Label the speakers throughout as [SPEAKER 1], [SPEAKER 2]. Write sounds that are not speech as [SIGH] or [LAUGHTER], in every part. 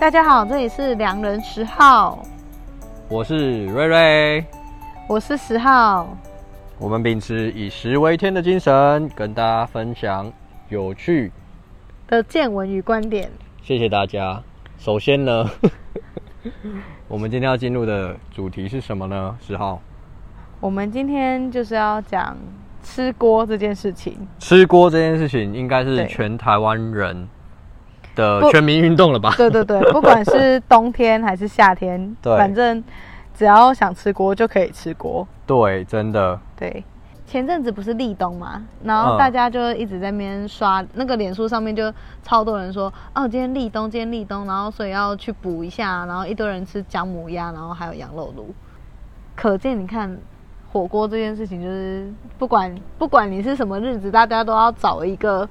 [SPEAKER 1] 大家好，这里是良人十号，
[SPEAKER 2] 我是瑞瑞，
[SPEAKER 1] 我是十号。
[SPEAKER 2] 我们秉持以食为天的精神，跟大家分享有趣。
[SPEAKER 1] 的见闻与观点。
[SPEAKER 2] 谢谢大家。首先呢， [LAUGHS] 我们今天要进入的主题是什么呢？十号，
[SPEAKER 1] 我们今天就是要讲吃锅这件事情，
[SPEAKER 2] 吃锅这件事情应该
[SPEAKER 1] 对
[SPEAKER 2] 是全台湾人的
[SPEAKER 1] 不
[SPEAKER 2] 全民运动了吧？
[SPEAKER 1] 对对对，不管是冬天还是夏天，
[SPEAKER 2] 对
[SPEAKER 1] 反正只要想吃锅就可以吃锅。
[SPEAKER 2] [LAUGHS] 对，真的，
[SPEAKER 1] 对，前阵子不是立冬嘛，然后
[SPEAKER 2] 嗯
[SPEAKER 1] 大家就一直在那边刷、那个脸书上面就超多人说，哦，今天立冬，今天立冬，然后所以要去补一下，然后一堆人吃姜母鸭，然后还有羊肉炉。可见你看火锅这件事情，就是不管不管你是什么日子，大家都要找一个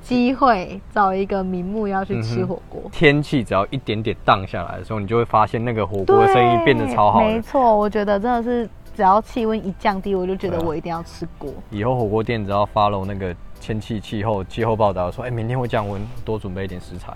[SPEAKER 1] 机会，找一个名目要去吃
[SPEAKER 2] 嗯哼
[SPEAKER 1] 火锅。
[SPEAKER 2] 天气只要一点点荡下来的时候，你就会发现那个火锅的生意变得超好
[SPEAKER 1] 没
[SPEAKER 2] 了。
[SPEAKER 1] 错，我觉得真的是只要气温一降低，我就觉得
[SPEAKER 2] 对啊
[SPEAKER 1] 我一定要吃锅。
[SPEAKER 2] 以后火锅店只要 follow 那个天气气候气候报道，说哎、明天会降温，多准备一点食材，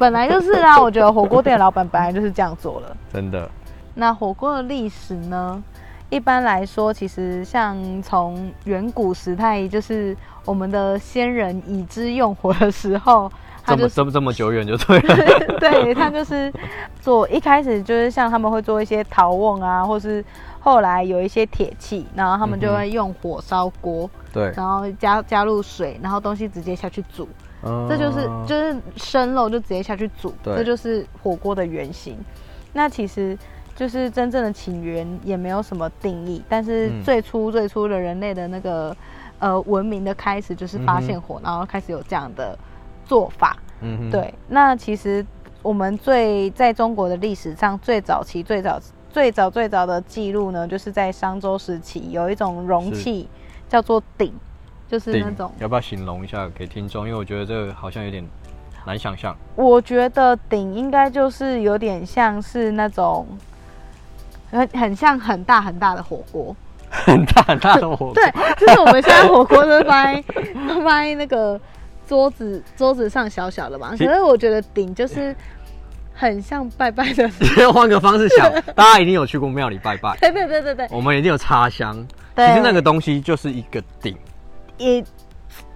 [SPEAKER 1] 本来就是啦，我觉得火锅店老板本来就是这样做了。
[SPEAKER 2] 真的。
[SPEAKER 1] 那火锅的历史呢？一般来说，其实像从远古时代，就是我们的先人已知用火的时
[SPEAKER 2] [LAUGHS]
[SPEAKER 1] 候，他
[SPEAKER 2] 这
[SPEAKER 1] 就
[SPEAKER 2] 么
[SPEAKER 1] 是
[SPEAKER 2] 这么这么久远就
[SPEAKER 1] [LAUGHS]
[SPEAKER 2] 对了。
[SPEAKER 1] 对他就是做一开始就是像他们会做一些陶瓮啊，或是后来有一些铁器，然后他们就
[SPEAKER 2] 嗯哼
[SPEAKER 1] 会用火烧锅，
[SPEAKER 2] 对，
[SPEAKER 1] 然后加加入水，然后东西直接下去煮。
[SPEAKER 2] 嗯
[SPEAKER 1] 这就是就是生肉就直接下去煮，
[SPEAKER 2] 对
[SPEAKER 1] 这就是火锅的原型。那其实就是真正的起源也没有什么定义，但是
[SPEAKER 2] 嗯
[SPEAKER 1] 最初最初的人类的那个呃文明的开始就是发现火，然后开始有这样的做法。
[SPEAKER 2] 嗯哼，
[SPEAKER 1] 对，那其实我们最在中国的历史上最早期最早最早最早的记录呢，就是在商周时期有一种容
[SPEAKER 2] 是
[SPEAKER 1] 器叫做鼎，就是那
[SPEAKER 2] 鼎
[SPEAKER 1] 种
[SPEAKER 2] 要不要形容一下给听众？因为我觉得这个好像有点难想
[SPEAKER 1] [LAUGHS]
[SPEAKER 2] 象。
[SPEAKER 1] 我觉得鼎应该就是有点像是那种，很很像很大很大的火锅。
[SPEAKER 2] 很大很大的火
[SPEAKER 1] [LAUGHS]
[SPEAKER 2] 锅，
[SPEAKER 1] 对，就是我们现在火锅都放在 [LAUGHS] 放在那个桌子桌子上小小的嘛，
[SPEAKER 2] 其
[SPEAKER 1] 可是我觉得鼎就是很像拜拜的。，
[SPEAKER 2] 直接换个方式想， [LAUGHS] 大家一定有去过庙里拜拜
[SPEAKER 1] 对对对对对，
[SPEAKER 2] 我们一定有插香。其
[SPEAKER 1] 对
[SPEAKER 2] 实那个东西就是一个鼎
[SPEAKER 1] 也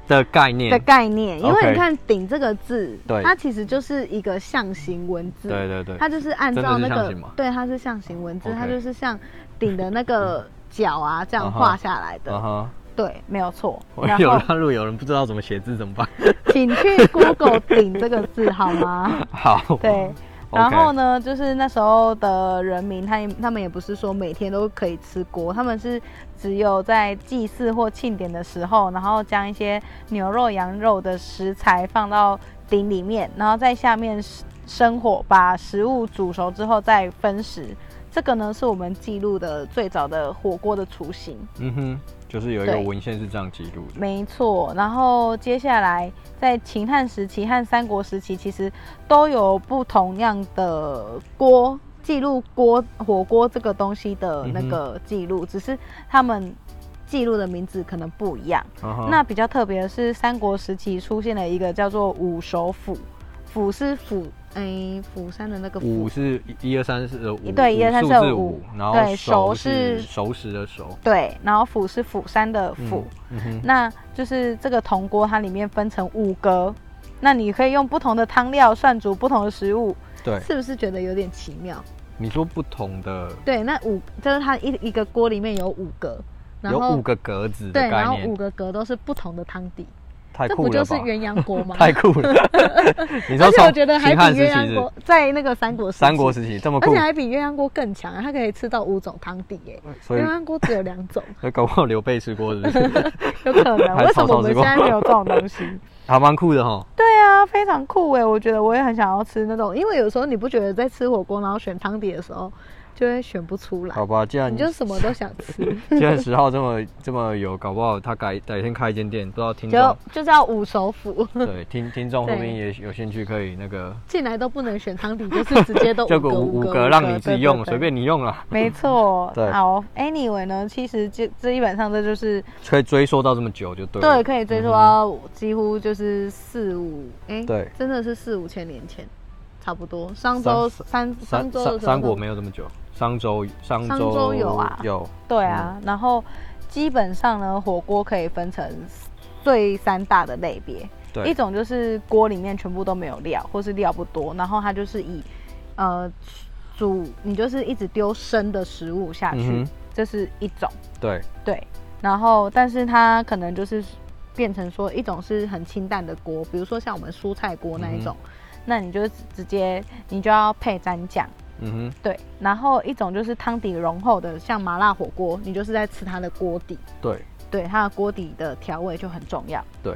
[SPEAKER 2] 的概
[SPEAKER 1] 的
[SPEAKER 2] 念。
[SPEAKER 1] 概念，因为
[SPEAKER 2] OK
[SPEAKER 1] 你看“鼎”这个字，
[SPEAKER 2] 对
[SPEAKER 1] 它其实就是一个象形文字，
[SPEAKER 2] 对对对
[SPEAKER 1] 它就是按照那
[SPEAKER 2] 真的是象
[SPEAKER 1] 个
[SPEAKER 2] 形吗，
[SPEAKER 1] 对，它是象形文字，
[SPEAKER 2] OK
[SPEAKER 1] 它就是像鼎的那个角啊这样
[SPEAKER 2] 嗯哼
[SPEAKER 1] 画下来的
[SPEAKER 2] [LAUGHS] 啊，哈，
[SPEAKER 1] 对，没有错。
[SPEAKER 2] 我
[SPEAKER 1] 然
[SPEAKER 2] 有
[SPEAKER 1] 后，
[SPEAKER 2] 让路有人不知道怎么写字怎么办？
[SPEAKER 1] 请去 Google 顶这个字好吗？
[SPEAKER 2] [LAUGHS] 好，
[SPEAKER 1] 对。然后呢就是那时候的人民，他也他们也不是说每天都可以吃锅，他们是只有在祭祀或庆典的时候，然后将一些牛肉、羊肉的食材放到鼎里面，然后在下面生火，把食物煮熟之后再分食。这个呢是我们记录的最早的火锅的雏形。
[SPEAKER 2] 嗯哼，就是有一个
[SPEAKER 1] 对
[SPEAKER 2] 文献是这样记录的。
[SPEAKER 1] 没错，然后接下来在秦汉时期和三国时期，其实都有不同样的锅记录锅火锅这个东西的那个记录，只是他们记录的名字可能不一样。
[SPEAKER 2] 嗯哼
[SPEAKER 1] 那比较特别的是，三国时期出现了一个叫做五手釜，釜是釜，哎，釜山的那个
[SPEAKER 2] 五
[SPEAKER 1] 釜，
[SPEAKER 2] 是一一二三四的呃五，
[SPEAKER 1] 对一二三四
[SPEAKER 2] 数字
[SPEAKER 1] 五
[SPEAKER 2] 五，然后
[SPEAKER 1] 对
[SPEAKER 2] 熟
[SPEAKER 1] 熟是
[SPEAKER 2] 是熟食的熟，
[SPEAKER 1] 对，然后釜是釜山的釜。
[SPEAKER 2] 嗯哼，
[SPEAKER 1] 那就是这个铜锅，它里面分成五格，那你可以用不同的汤料涮煮不同的食物，
[SPEAKER 2] 对，
[SPEAKER 1] 是不是觉得有点奇妙？
[SPEAKER 2] 你说不同的
[SPEAKER 1] 对，那五就是它一一个锅里面有五个，然
[SPEAKER 2] 有
[SPEAKER 1] 后
[SPEAKER 2] 五个格子
[SPEAKER 1] 对，
[SPEAKER 2] 的
[SPEAKER 1] 然
[SPEAKER 2] 概
[SPEAKER 1] 后
[SPEAKER 2] 念，
[SPEAKER 1] 五个格都是不同的汤底，
[SPEAKER 2] 太
[SPEAKER 1] 这
[SPEAKER 2] 酷
[SPEAKER 1] 不
[SPEAKER 2] 了
[SPEAKER 1] 就是
[SPEAKER 2] 吧
[SPEAKER 1] 鸳鸯锅吗？
[SPEAKER 2] 太酷了！
[SPEAKER 1] [LAUGHS]
[SPEAKER 2] 你
[SPEAKER 1] 而
[SPEAKER 2] 说
[SPEAKER 1] 且我觉得还
[SPEAKER 2] 从秦
[SPEAKER 1] 比
[SPEAKER 2] 汉时
[SPEAKER 1] 鸳
[SPEAKER 2] 期
[SPEAKER 1] 鸯
[SPEAKER 2] 是
[SPEAKER 1] 锅在那个三国时期
[SPEAKER 2] 三国时期这么
[SPEAKER 1] 而
[SPEAKER 2] 酷
[SPEAKER 1] 且，还比鸳�鸯锅更强啊，它可以吃到五种汤底耶、
[SPEAKER 2] 所以
[SPEAKER 1] 鸳鸯锅只有两种，
[SPEAKER 2] 所以搞不好刘备吃过是不是？
[SPEAKER 1] 有可能。
[SPEAKER 2] [LAUGHS] 还
[SPEAKER 1] 为什么
[SPEAKER 2] 草
[SPEAKER 1] 我们
[SPEAKER 2] 草
[SPEAKER 1] 现
[SPEAKER 2] 之光
[SPEAKER 1] 在没有这种东西？
[SPEAKER 2] 还蛮酷的哈。
[SPEAKER 1] 对啊，非常酷哎！我觉得我也很想要吃那种，因为有时候你不觉得在吃火锅，然后选汤底的时候，就会选不出来，
[SPEAKER 2] 好吧，既然
[SPEAKER 1] 你就什么都想
[SPEAKER 2] [LAUGHS]
[SPEAKER 1] 吃，
[SPEAKER 2] 既然十号这么这么有，搞不好他改改天开一间店，不知道听
[SPEAKER 1] 就
[SPEAKER 2] 众
[SPEAKER 1] 就叫五手斧，
[SPEAKER 2] 对听听众
[SPEAKER 1] 对
[SPEAKER 2] 会不会也有兴趣可以那个
[SPEAKER 1] 进来都不能选汤底，就是直接都
[SPEAKER 2] [LAUGHS] 这
[SPEAKER 1] 五
[SPEAKER 2] 个
[SPEAKER 1] 个五
[SPEAKER 2] 五格
[SPEAKER 1] 个
[SPEAKER 2] 让你自己用，随。
[SPEAKER 1] 对对对
[SPEAKER 2] 便你用啦。，
[SPEAKER 1] 没错
[SPEAKER 2] 对
[SPEAKER 1] 好，anyway 呢，其实这这基本上这就是
[SPEAKER 2] 可以追溯到这么久就对了。
[SPEAKER 1] 对，可以追溯到几乎就是四五，哎，
[SPEAKER 2] 对
[SPEAKER 1] 真的是四五千年前，差不多。商周三商
[SPEAKER 2] 三
[SPEAKER 1] 周的时候
[SPEAKER 2] 三三国没有这么久，商周商
[SPEAKER 1] 商
[SPEAKER 2] 周
[SPEAKER 1] 周有啊
[SPEAKER 2] 有
[SPEAKER 1] 对
[SPEAKER 2] 嗯
[SPEAKER 1] 啊，然后基本上呢，火锅可以分成最三大的类别，
[SPEAKER 2] 对
[SPEAKER 1] 一种就是锅里面全部都没有料，或是料不多，然后它就是以呃煮，你就是一直丢生的食物下去，
[SPEAKER 2] 嗯哼
[SPEAKER 1] 这是一种
[SPEAKER 2] 对
[SPEAKER 1] 对。然后，但是它可能就是变成说一种是很清淡的锅，比如说像我们蔬菜锅那一种，
[SPEAKER 2] 嗯
[SPEAKER 1] 那你就直接你就要配蘸酱。
[SPEAKER 2] 嗯
[SPEAKER 1] 对，然后一种就是汤底浓厚的，像麻辣火锅，你就是在吃它的锅底，
[SPEAKER 2] 哼对
[SPEAKER 1] 对它的锅底的调味就很重要。
[SPEAKER 2] 对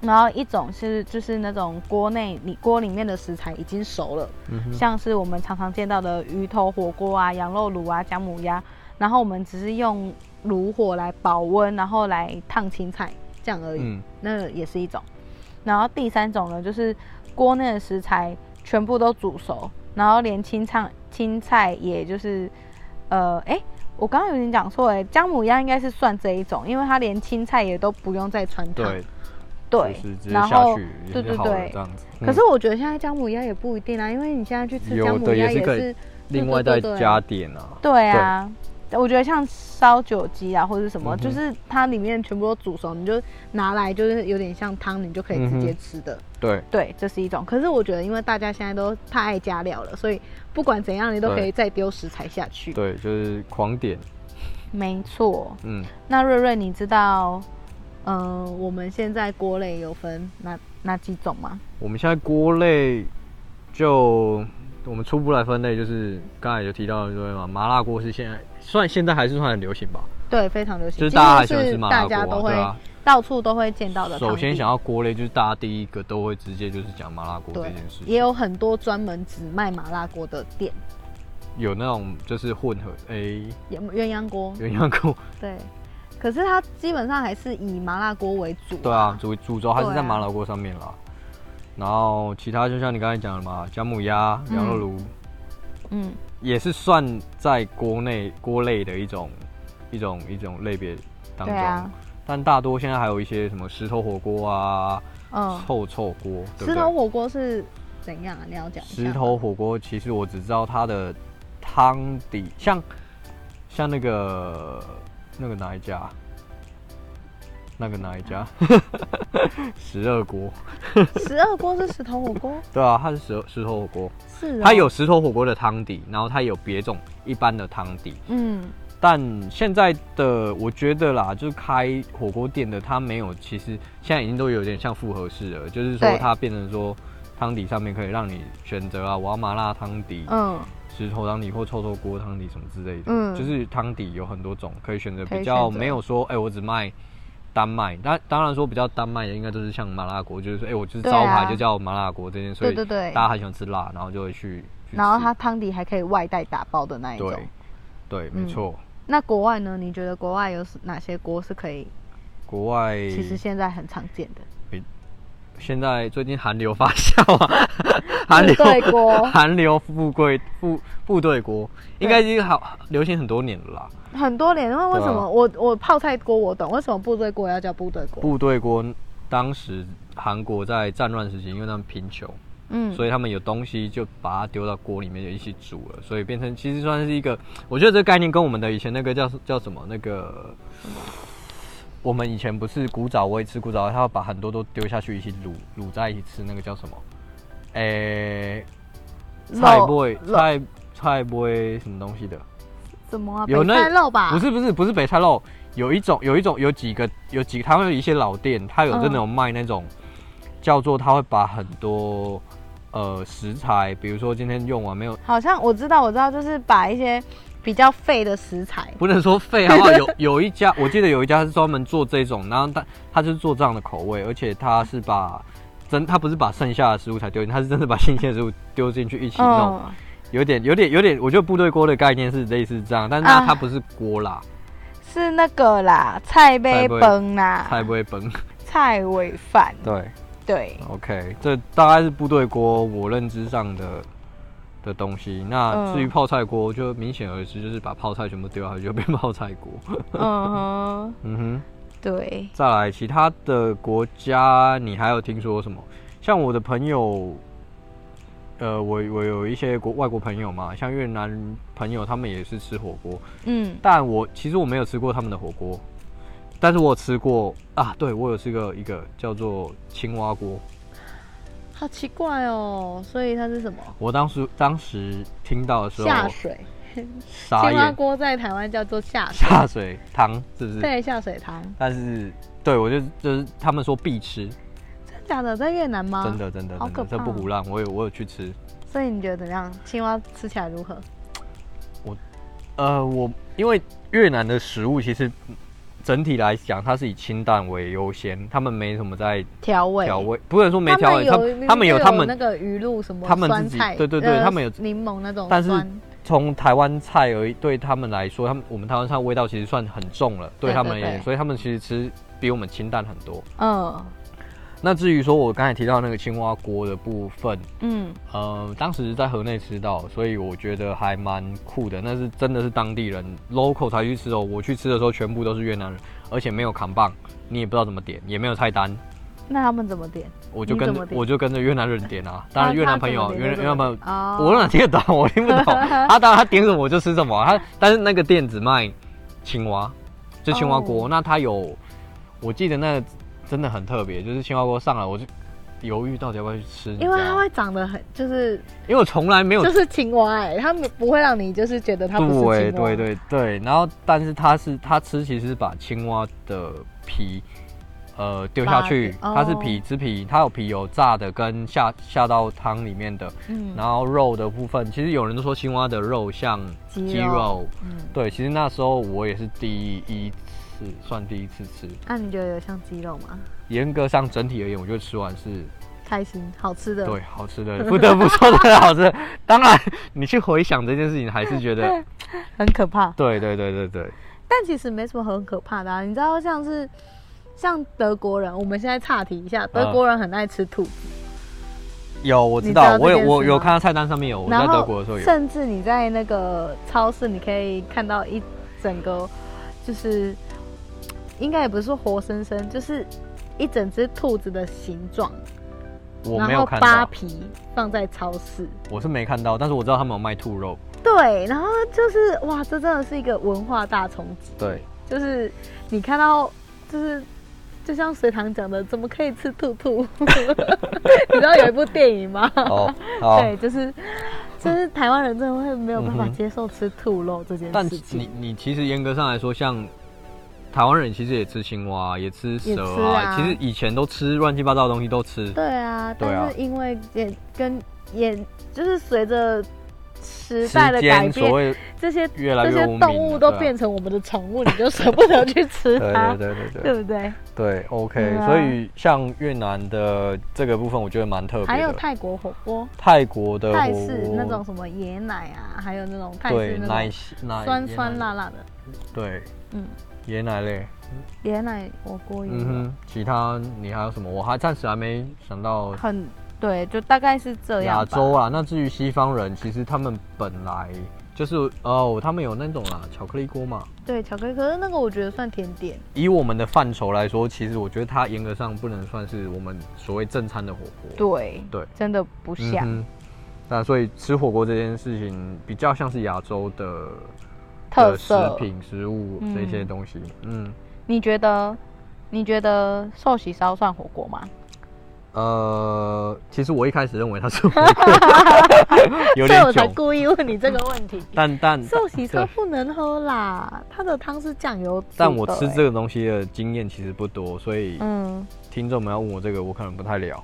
[SPEAKER 1] 然后一种是就是那种锅内你锅里面的食材已经熟了，
[SPEAKER 2] 嗯哼
[SPEAKER 1] 像是我们常常见到的鱼头火锅啊、羊肉炉啊、姜母鸭，然后我们只是用炉火来保温，然后来烫青菜这样而已，
[SPEAKER 2] 嗯
[SPEAKER 1] 那也是一种。然后第三种呢，就是锅内的食材全部都煮熟，然后连青菜青菜也就是，呃，哎，我刚刚有点讲错，哎，姜母鸭应该是算这一种，因为它连青菜也都不用再穿烫，
[SPEAKER 2] 对，
[SPEAKER 1] 对
[SPEAKER 2] 就是直接
[SPEAKER 1] 然
[SPEAKER 2] 下
[SPEAKER 1] 后
[SPEAKER 2] 去
[SPEAKER 1] 对对
[SPEAKER 2] 已经好了
[SPEAKER 1] 对
[SPEAKER 2] 这。样子。嗯
[SPEAKER 1] 可是我觉得现在姜母鸭也不一定啊啦，因为你现在去吃
[SPEAKER 2] 有
[SPEAKER 1] 姜母
[SPEAKER 2] 的也
[SPEAKER 1] 鸭
[SPEAKER 2] 是
[SPEAKER 1] 也
[SPEAKER 2] 可以
[SPEAKER 1] 是
[SPEAKER 2] 另外再加点啊，
[SPEAKER 1] 对啊，我觉得像烧酒鸡啊或者什么，
[SPEAKER 2] 嗯哼
[SPEAKER 1] 就是它里面全部都煮熟，你就拿来就是有点像汤，你就可以直接
[SPEAKER 2] 嗯哼
[SPEAKER 1] 吃的。
[SPEAKER 2] 对
[SPEAKER 1] 对，这是一种。可是我觉得，因为大家现在都太爱加料了，所以不管怎样，你都可以
[SPEAKER 2] 对
[SPEAKER 1] 再丢食材下去。
[SPEAKER 2] 对，就是狂点，
[SPEAKER 1] 没错。
[SPEAKER 2] 嗯，
[SPEAKER 1] 那瑞瑞，你知道，嗯、我们现在锅类有分哪哪几种吗？
[SPEAKER 2] 我们现在锅类就我们初步来分类，就是刚才有提到的对嘛，麻辣锅是现在算现在还是算很流行吧，
[SPEAKER 1] 对，非常流行，
[SPEAKER 2] 就是
[SPEAKER 1] 几乎
[SPEAKER 2] 大家还喜欢吃
[SPEAKER 1] 是
[SPEAKER 2] 麻
[SPEAKER 1] 大
[SPEAKER 2] 辣锅啊
[SPEAKER 1] 家都会、
[SPEAKER 2] 对啊
[SPEAKER 1] 到处都会见到的汤底。
[SPEAKER 2] 首先想要锅类，就是大家第一个都会直接就是讲麻辣锅这
[SPEAKER 1] 对
[SPEAKER 2] 件事，情，
[SPEAKER 1] 也有很多专门只卖麻辣锅的店，
[SPEAKER 2] 有那种就是混合诶
[SPEAKER 1] 也鸳鸯锅，
[SPEAKER 2] 鸳鸯锅，
[SPEAKER 1] 对。可是它基本上还是以麻辣锅为主、[LAUGHS]
[SPEAKER 2] 对啊，，主主轴还是
[SPEAKER 1] 对
[SPEAKER 2] 在
[SPEAKER 1] 啊
[SPEAKER 2] 麻辣锅上面啦。然后其他就像你刚才讲的嘛，姜母鸭、
[SPEAKER 1] 嗯
[SPEAKER 2] 羊肉炉、
[SPEAKER 1] 嗯，
[SPEAKER 2] 也是算在锅内锅类的一种一种一种类别当中。
[SPEAKER 1] 对啊
[SPEAKER 2] 但大多现在还有一些什么石头火锅啊、
[SPEAKER 1] 嗯，
[SPEAKER 2] 臭臭锅，对不
[SPEAKER 1] 石头
[SPEAKER 2] 对？
[SPEAKER 1] 火锅是怎样啊？你要讲一下
[SPEAKER 2] 石头火锅其实我只知道它的汤底，像像那个那个哪一家？那个哪一家？ [LAUGHS] 十二锅，
[SPEAKER 1] 十二锅是石头火锅，
[SPEAKER 2] 对啊，它是石石头火锅，
[SPEAKER 1] 是、哦、
[SPEAKER 2] 它有石头火锅的汤底，然后它有别种一般的汤底，
[SPEAKER 1] 嗯
[SPEAKER 2] 但现在的我觉得啦，就是开火锅店的，它没有，其实现在已经都有点像复合式了，就是说
[SPEAKER 1] 对
[SPEAKER 2] 它变成说汤底上面可以让你选择啊，我要麻辣汤底、
[SPEAKER 1] 嗯，
[SPEAKER 2] 石头汤底或臭臭锅汤底什么之类的，
[SPEAKER 1] 嗯
[SPEAKER 2] 就是汤底有很多种可以选择，
[SPEAKER 1] 可以
[SPEAKER 2] 比较
[SPEAKER 1] 选择
[SPEAKER 2] 没有说哎、我只卖。单卖，当当然说比较单卖的应该就是像麻辣锅，就是说哎、我就是
[SPEAKER 1] 对
[SPEAKER 2] 招
[SPEAKER 1] 啊
[SPEAKER 2] 牌就叫麻辣锅这件，所
[SPEAKER 1] 对
[SPEAKER 2] 以
[SPEAKER 1] 对对，
[SPEAKER 2] 大家很喜欢吃辣，然后就会去去
[SPEAKER 1] 然后
[SPEAKER 2] 吃
[SPEAKER 1] 它汤底还可以外带打包的那一种
[SPEAKER 2] 对。对，
[SPEAKER 1] 嗯
[SPEAKER 2] 没错，
[SPEAKER 1] 那国外呢？你觉得国外有哪些锅是可以？
[SPEAKER 2] 国外
[SPEAKER 1] 其实现在很常见的
[SPEAKER 2] 现在最近韩流发酵
[SPEAKER 1] [LAUGHS]
[SPEAKER 2] 啊，韩流
[SPEAKER 1] 部队锅
[SPEAKER 2] 韩流富贵部部队锅，应该已经好流行很多年了啦。
[SPEAKER 1] 很多连，因为为什
[SPEAKER 2] 对
[SPEAKER 1] 么、
[SPEAKER 2] 啊
[SPEAKER 1] 我我泡菜锅我懂，为什么部队锅要叫部队锅？
[SPEAKER 2] 部队锅当时韩国在战乱时期，因为他们贫穷，
[SPEAKER 1] 嗯，
[SPEAKER 2] 所以他们有东西就把它丢到锅里面就一起煮了，所以变成其实算是一个，我觉得这个概念跟我们的以前那个叫叫什么那个。我们以前不是古早味吃古早味，他要把很多都丢下去一起卤卤在一起吃，那个叫什么？诶、
[SPEAKER 1] 肉
[SPEAKER 2] 菜味
[SPEAKER 1] 肉
[SPEAKER 2] 菜菜味什么东西的？
[SPEAKER 1] 什么、啊、
[SPEAKER 2] 有
[SPEAKER 1] 北
[SPEAKER 2] 那
[SPEAKER 1] 菜肉吧？
[SPEAKER 2] 不是不是不是北菜肉，有一种有一种有几个有几他们有一些老店，它有
[SPEAKER 1] 嗯
[SPEAKER 2] 这种卖那种、叫做他会把很多呃食材，比如说今天用完没有，
[SPEAKER 1] 好像我知道，我知道，就是把一些比较废的食材，
[SPEAKER 2] 不能说
[SPEAKER 1] [LAUGHS]
[SPEAKER 2] 废好不好？有有一家我记得有一家是专门做这种，然后他他就是做这样的口味，而且他是把。真，他不是把剩下的食物才丢进，他是真的把新鲜的食物丢进去一起弄，
[SPEAKER 1] 嗯，
[SPEAKER 2] 有点有点有点，我觉得部队锅的概念是类似这样，但是它、
[SPEAKER 1] 啊
[SPEAKER 2] 它不是锅啦，
[SPEAKER 1] 是那个啦，菜杯崩啦，
[SPEAKER 2] 菜不会崩。
[SPEAKER 1] 菜尾饭，
[SPEAKER 2] 对 [LAUGHS]
[SPEAKER 1] 对，
[SPEAKER 2] ，OK，这大概是部队锅我认知上的的东西。那
[SPEAKER 1] 嗯
[SPEAKER 2] 至于泡菜锅，就明显而知，就是把泡菜全部丢下去就变泡菜锅。 [LAUGHS]
[SPEAKER 1] 嗯哼，
[SPEAKER 2] 嗯哼，
[SPEAKER 1] 对，
[SPEAKER 2] 再来其他的国家，你还有听说什么？像我的朋友，呃，我我有一些国外国朋友嘛，像越南朋友，他们也是吃火锅，
[SPEAKER 1] 嗯，
[SPEAKER 2] 但我其实我没有吃过他们的火锅，但是我有吃过啊，对我有吃过一个叫做青蛙锅，
[SPEAKER 1] 好奇怪哦，所以它是什么？
[SPEAKER 2] 我当时当时听到的时候
[SPEAKER 1] 下水，
[SPEAKER 2] 傻
[SPEAKER 1] 青蛙
[SPEAKER 2] 眼，
[SPEAKER 1] 锅在台湾叫做下水，
[SPEAKER 2] 下水汤是不是？
[SPEAKER 1] 对，下水汤，
[SPEAKER 2] 但是对我就就是他们说必吃，
[SPEAKER 1] 真假的，在越南吗？
[SPEAKER 2] 真，的真的
[SPEAKER 1] 啊好
[SPEAKER 2] 真
[SPEAKER 1] 可
[SPEAKER 2] 的，
[SPEAKER 1] 怕
[SPEAKER 2] 这不胡乱，我有我有去吃，
[SPEAKER 1] 所以你觉得怎么样？青蛙吃起来如何？
[SPEAKER 2] 呃，我因为越南的食物其实整体来讲，它是以清淡为优先，他们没什么在
[SPEAKER 1] 调味，
[SPEAKER 2] 调味，不能说没
[SPEAKER 1] 他
[SPEAKER 2] 调味，
[SPEAKER 1] 们
[SPEAKER 2] 他
[SPEAKER 1] 有
[SPEAKER 2] 们他们有他
[SPEAKER 1] 那
[SPEAKER 2] 们，
[SPEAKER 1] 个鱼露什么，
[SPEAKER 2] 他们
[SPEAKER 1] 酸
[SPEAKER 2] 自己
[SPEAKER 1] 菜，
[SPEAKER 2] 对对对
[SPEAKER 1] 呃
[SPEAKER 2] 他们有
[SPEAKER 1] 柠檬那种酸，
[SPEAKER 2] 但是从台湾菜而已，对他们来说，他们我们台湾菜味道其实算很重了，对
[SPEAKER 1] 对
[SPEAKER 2] 他们而
[SPEAKER 1] 对
[SPEAKER 2] 言，
[SPEAKER 1] 对
[SPEAKER 2] 所以他们其实吃比我们清淡很多。
[SPEAKER 1] 嗯
[SPEAKER 2] 那至于说我刚才提到那个青蛙锅的部分，
[SPEAKER 1] 嗯，
[SPEAKER 2] 呃，当时在河内吃到，所以我觉得还蛮酷的。那是真的是当地人 local 才去吃哦，我去吃的时候全部都是越南人，而且没有扛棒，你也不知道怎么点，也没有菜单，
[SPEAKER 1] 那他们怎么点？
[SPEAKER 2] 我就
[SPEAKER 1] 你
[SPEAKER 2] 跟
[SPEAKER 1] 怎么
[SPEAKER 2] 着
[SPEAKER 1] 点
[SPEAKER 2] 我就跟着越南人点啊。当然越南朋友，越南越南朋友，
[SPEAKER 1] 啊，
[SPEAKER 2] 我哪听得懂？我听
[SPEAKER 1] [LAUGHS]
[SPEAKER 2] 不懂。他当然他点什么我就吃什么啊、他但是那个店只卖青蛙，就青蛙
[SPEAKER 1] 哦
[SPEAKER 2] 锅。那他有，我记得那个真的很特别，就是青蛙锅上来我就犹豫到底要不要去吃，你知
[SPEAKER 1] 因为
[SPEAKER 2] 道
[SPEAKER 1] 它
[SPEAKER 2] 吗
[SPEAKER 1] 会长得很，就是
[SPEAKER 2] 因为我从来没
[SPEAKER 1] [LAUGHS]
[SPEAKER 2] 有
[SPEAKER 1] 就是青蛙、欸，它们不会让你就是觉得它不是青蛙，
[SPEAKER 2] 对欸对对对，然后但是它是它吃其实是把青蛙的皮，呃丢下去，
[SPEAKER 1] 把
[SPEAKER 2] 它是
[SPEAKER 1] 哦
[SPEAKER 2] 皮吃皮，它有皮有炸的跟下下到汤里面的，
[SPEAKER 1] 嗯，
[SPEAKER 2] 然后肉的部分，其实有人说青蛙的肉像
[SPEAKER 1] 鸡肉
[SPEAKER 2] 鸡肉，
[SPEAKER 1] 嗯，
[SPEAKER 2] 对，其实那时候我也是第一次，算第一次吃，
[SPEAKER 1] 那你觉得有像鸡肉吗？
[SPEAKER 2] 严格上整体而言，我觉得吃完是
[SPEAKER 1] 开心，好吃的，
[SPEAKER 2] 对，好吃的，不得不说真的好吃的。 [LAUGHS] 当然，你去回想这件事情，还是
[SPEAKER 1] [LAUGHS]
[SPEAKER 2] 觉得
[SPEAKER 1] 很可怕。
[SPEAKER 2] 对对对对对，
[SPEAKER 1] 但其实没什么很可怕的啊，你知道像是像德国人，我们现在岔题一下，德国人很爱吃兔子，
[SPEAKER 2] 啊有，我
[SPEAKER 1] 你
[SPEAKER 2] 知
[SPEAKER 1] 知道
[SPEAKER 2] 道，
[SPEAKER 1] 这
[SPEAKER 2] 我有
[SPEAKER 1] 件事
[SPEAKER 2] 我有
[SPEAKER 1] 吗
[SPEAKER 2] 看到菜单上面有，我
[SPEAKER 1] 然
[SPEAKER 2] 在
[SPEAKER 1] 后
[SPEAKER 2] 德国的时候有，
[SPEAKER 1] 甚至你在那个超市，你可以看到一整个，就是应该也不是说活生生，就是一整只兔子的形状，
[SPEAKER 2] 我
[SPEAKER 1] 然
[SPEAKER 2] 没有
[SPEAKER 1] 后
[SPEAKER 2] 看
[SPEAKER 1] 扒
[SPEAKER 2] 到，
[SPEAKER 1] 皮放在超市。
[SPEAKER 2] 我是没看到，但是我知道他们有卖兔
[SPEAKER 1] [LAUGHS]
[SPEAKER 2] 肉，
[SPEAKER 1] 对，然后就是哇，这真的是一个文化大冲击。
[SPEAKER 2] 对，
[SPEAKER 1] 就是你看到，就是就像隋唐讲的，怎么可以吃兔兔？ [LAUGHS] 你知道有一部电影吗？
[SPEAKER 2] 哦，好，
[SPEAKER 1] 对，就是就是台湾人真的会没有办法
[SPEAKER 2] 嗯哼
[SPEAKER 1] 接受吃兔肉这件
[SPEAKER 2] 但
[SPEAKER 1] 事
[SPEAKER 2] 你
[SPEAKER 1] 情。
[SPEAKER 2] 你其实严格上来说，像台湾人其实也吃青蛙，也吃蛇
[SPEAKER 1] 也吃啊
[SPEAKER 2] 其实以前都吃乱七八糟的东西都吃，
[SPEAKER 1] 对啊，
[SPEAKER 2] 对啊
[SPEAKER 1] 但是因为也跟也就是随着时代的
[SPEAKER 2] 时
[SPEAKER 1] 改
[SPEAKER 2] 间所
[SPEAKER 1] 变，
[SPEAKER 2] 谓
[SPEAKER 1] 这些
[SPEAKER 2] 越来
[SPEAKER 1] 这
[SPEAKER 2] 越
[SPEAKER 1] 些
[SPEAKER 2] 无名了
[SPEAKER 1] 动物都
[SPEAKER 2] 对啊
[SPEAKER 1] 变成我们的宠物，你就舍不得去吃
[SPEAKER 2] 对啊
[SPEAKER 1] 它，
[SPEAKER 2] [LAUGHS] 对对
[SPEAKER 1] 对
[SPEAKER 2] 对对
[SPEAKER 1] 不对？
[SPEAKER 2] 对，OK，、
[SPEAKER 1] 对啊
[SPEAKER 2] 所以像越南的这个部分，我觉得蛮特
[SPEAKER 1] 还
[SPEAKER 2] 别
[SPEAKER 1] 有
[SPEAKER 2] 的。哦
[SPEAKER 1] 泰国火锅，
[SPEAKER 2] 泰国的
[SPEAKER 1] 泰
[SPEAKER 2] 火锅
[SPEAKER 1] 式那种什么椰奶啊，还有那种泰
[SPEAKER 2] 对
[SPEAKER 1] 式那
[SPEAKER 2] 奶
[SPEAKER 1] 种
[SPEAKER 2] 昔奶
[SPEAKER 1] 酸
[SPEAKER 2] 椰
[SPEAKER 1] 酸
[SPEAKER 2] 奶
[SPEAKER 1] 辣辣的，
[SPEAKER 2] 对
[SPEAKER 1] 嗯，
[SPEAKER 2] 椰奶类，
[SPEAKER 1] 椰奶火锅也有
[SPEAKER 2] 嗯哼，其他你还有什么？我还暂时还没想到
[SPEAKER 1] 很对，就大概是这样吧。
[SPEAKER 2] 亚洲啊，那至于西方人，其实他们本来就是哦，他们有那种啦，巧克力锅嘛。
[SPEAKER 1] 对巧克力，可是那个我觉得算甜点，
[SPEAKER 2] 以我们的范畴来说，其实我觉得它严格上不能算是我们所谓正餐的火锅。
[SPEAKER 1] 对
[SPEAKER 2] 对
[SPEAKER 1] 真的不像。
[SPEAKER 2] 嗯哼啊那所以吃火锅这件事情，比较像是亚洲的
[SPEAKER 1] 特
[SPEAKER 2] 的
[SPEAKER 1] 色
[SPEAKER 2] 食品、食物
[SPEAKER 1] 嗯
[SPEAKER 2] 这些东西。嗯，
[SPEAKER 1] 你觉得你觉得寿喜烧算火锅吗？
[SPEAKER 2] 呃，其实我一开始认为它是火锅，
[SPEAKER 1] [LAUGHS]
[SPEAKER 2] 有点
[SPEAKER 1] 所以我才
[SPEAKER 2] 囧，
[SPEAKER 1] 故意问你这个问题。
[SPEAKER 2] 但但
[SPEAKER 1] [LAUGHS] 寿喜烧
[SPEAKER 2] 对
[SPEAKER 1] 不能喝啦，它的汤是酱油煮的、
[SPEAKER 2] 但我吃这
[SPEAKER 1] 个，
[SPEAKER 2] 个东西的经验其实不多，所以
[SPEAKER 1] 嗯，
[SPEAKER 2] 听众们要问我这个，我可能不太了。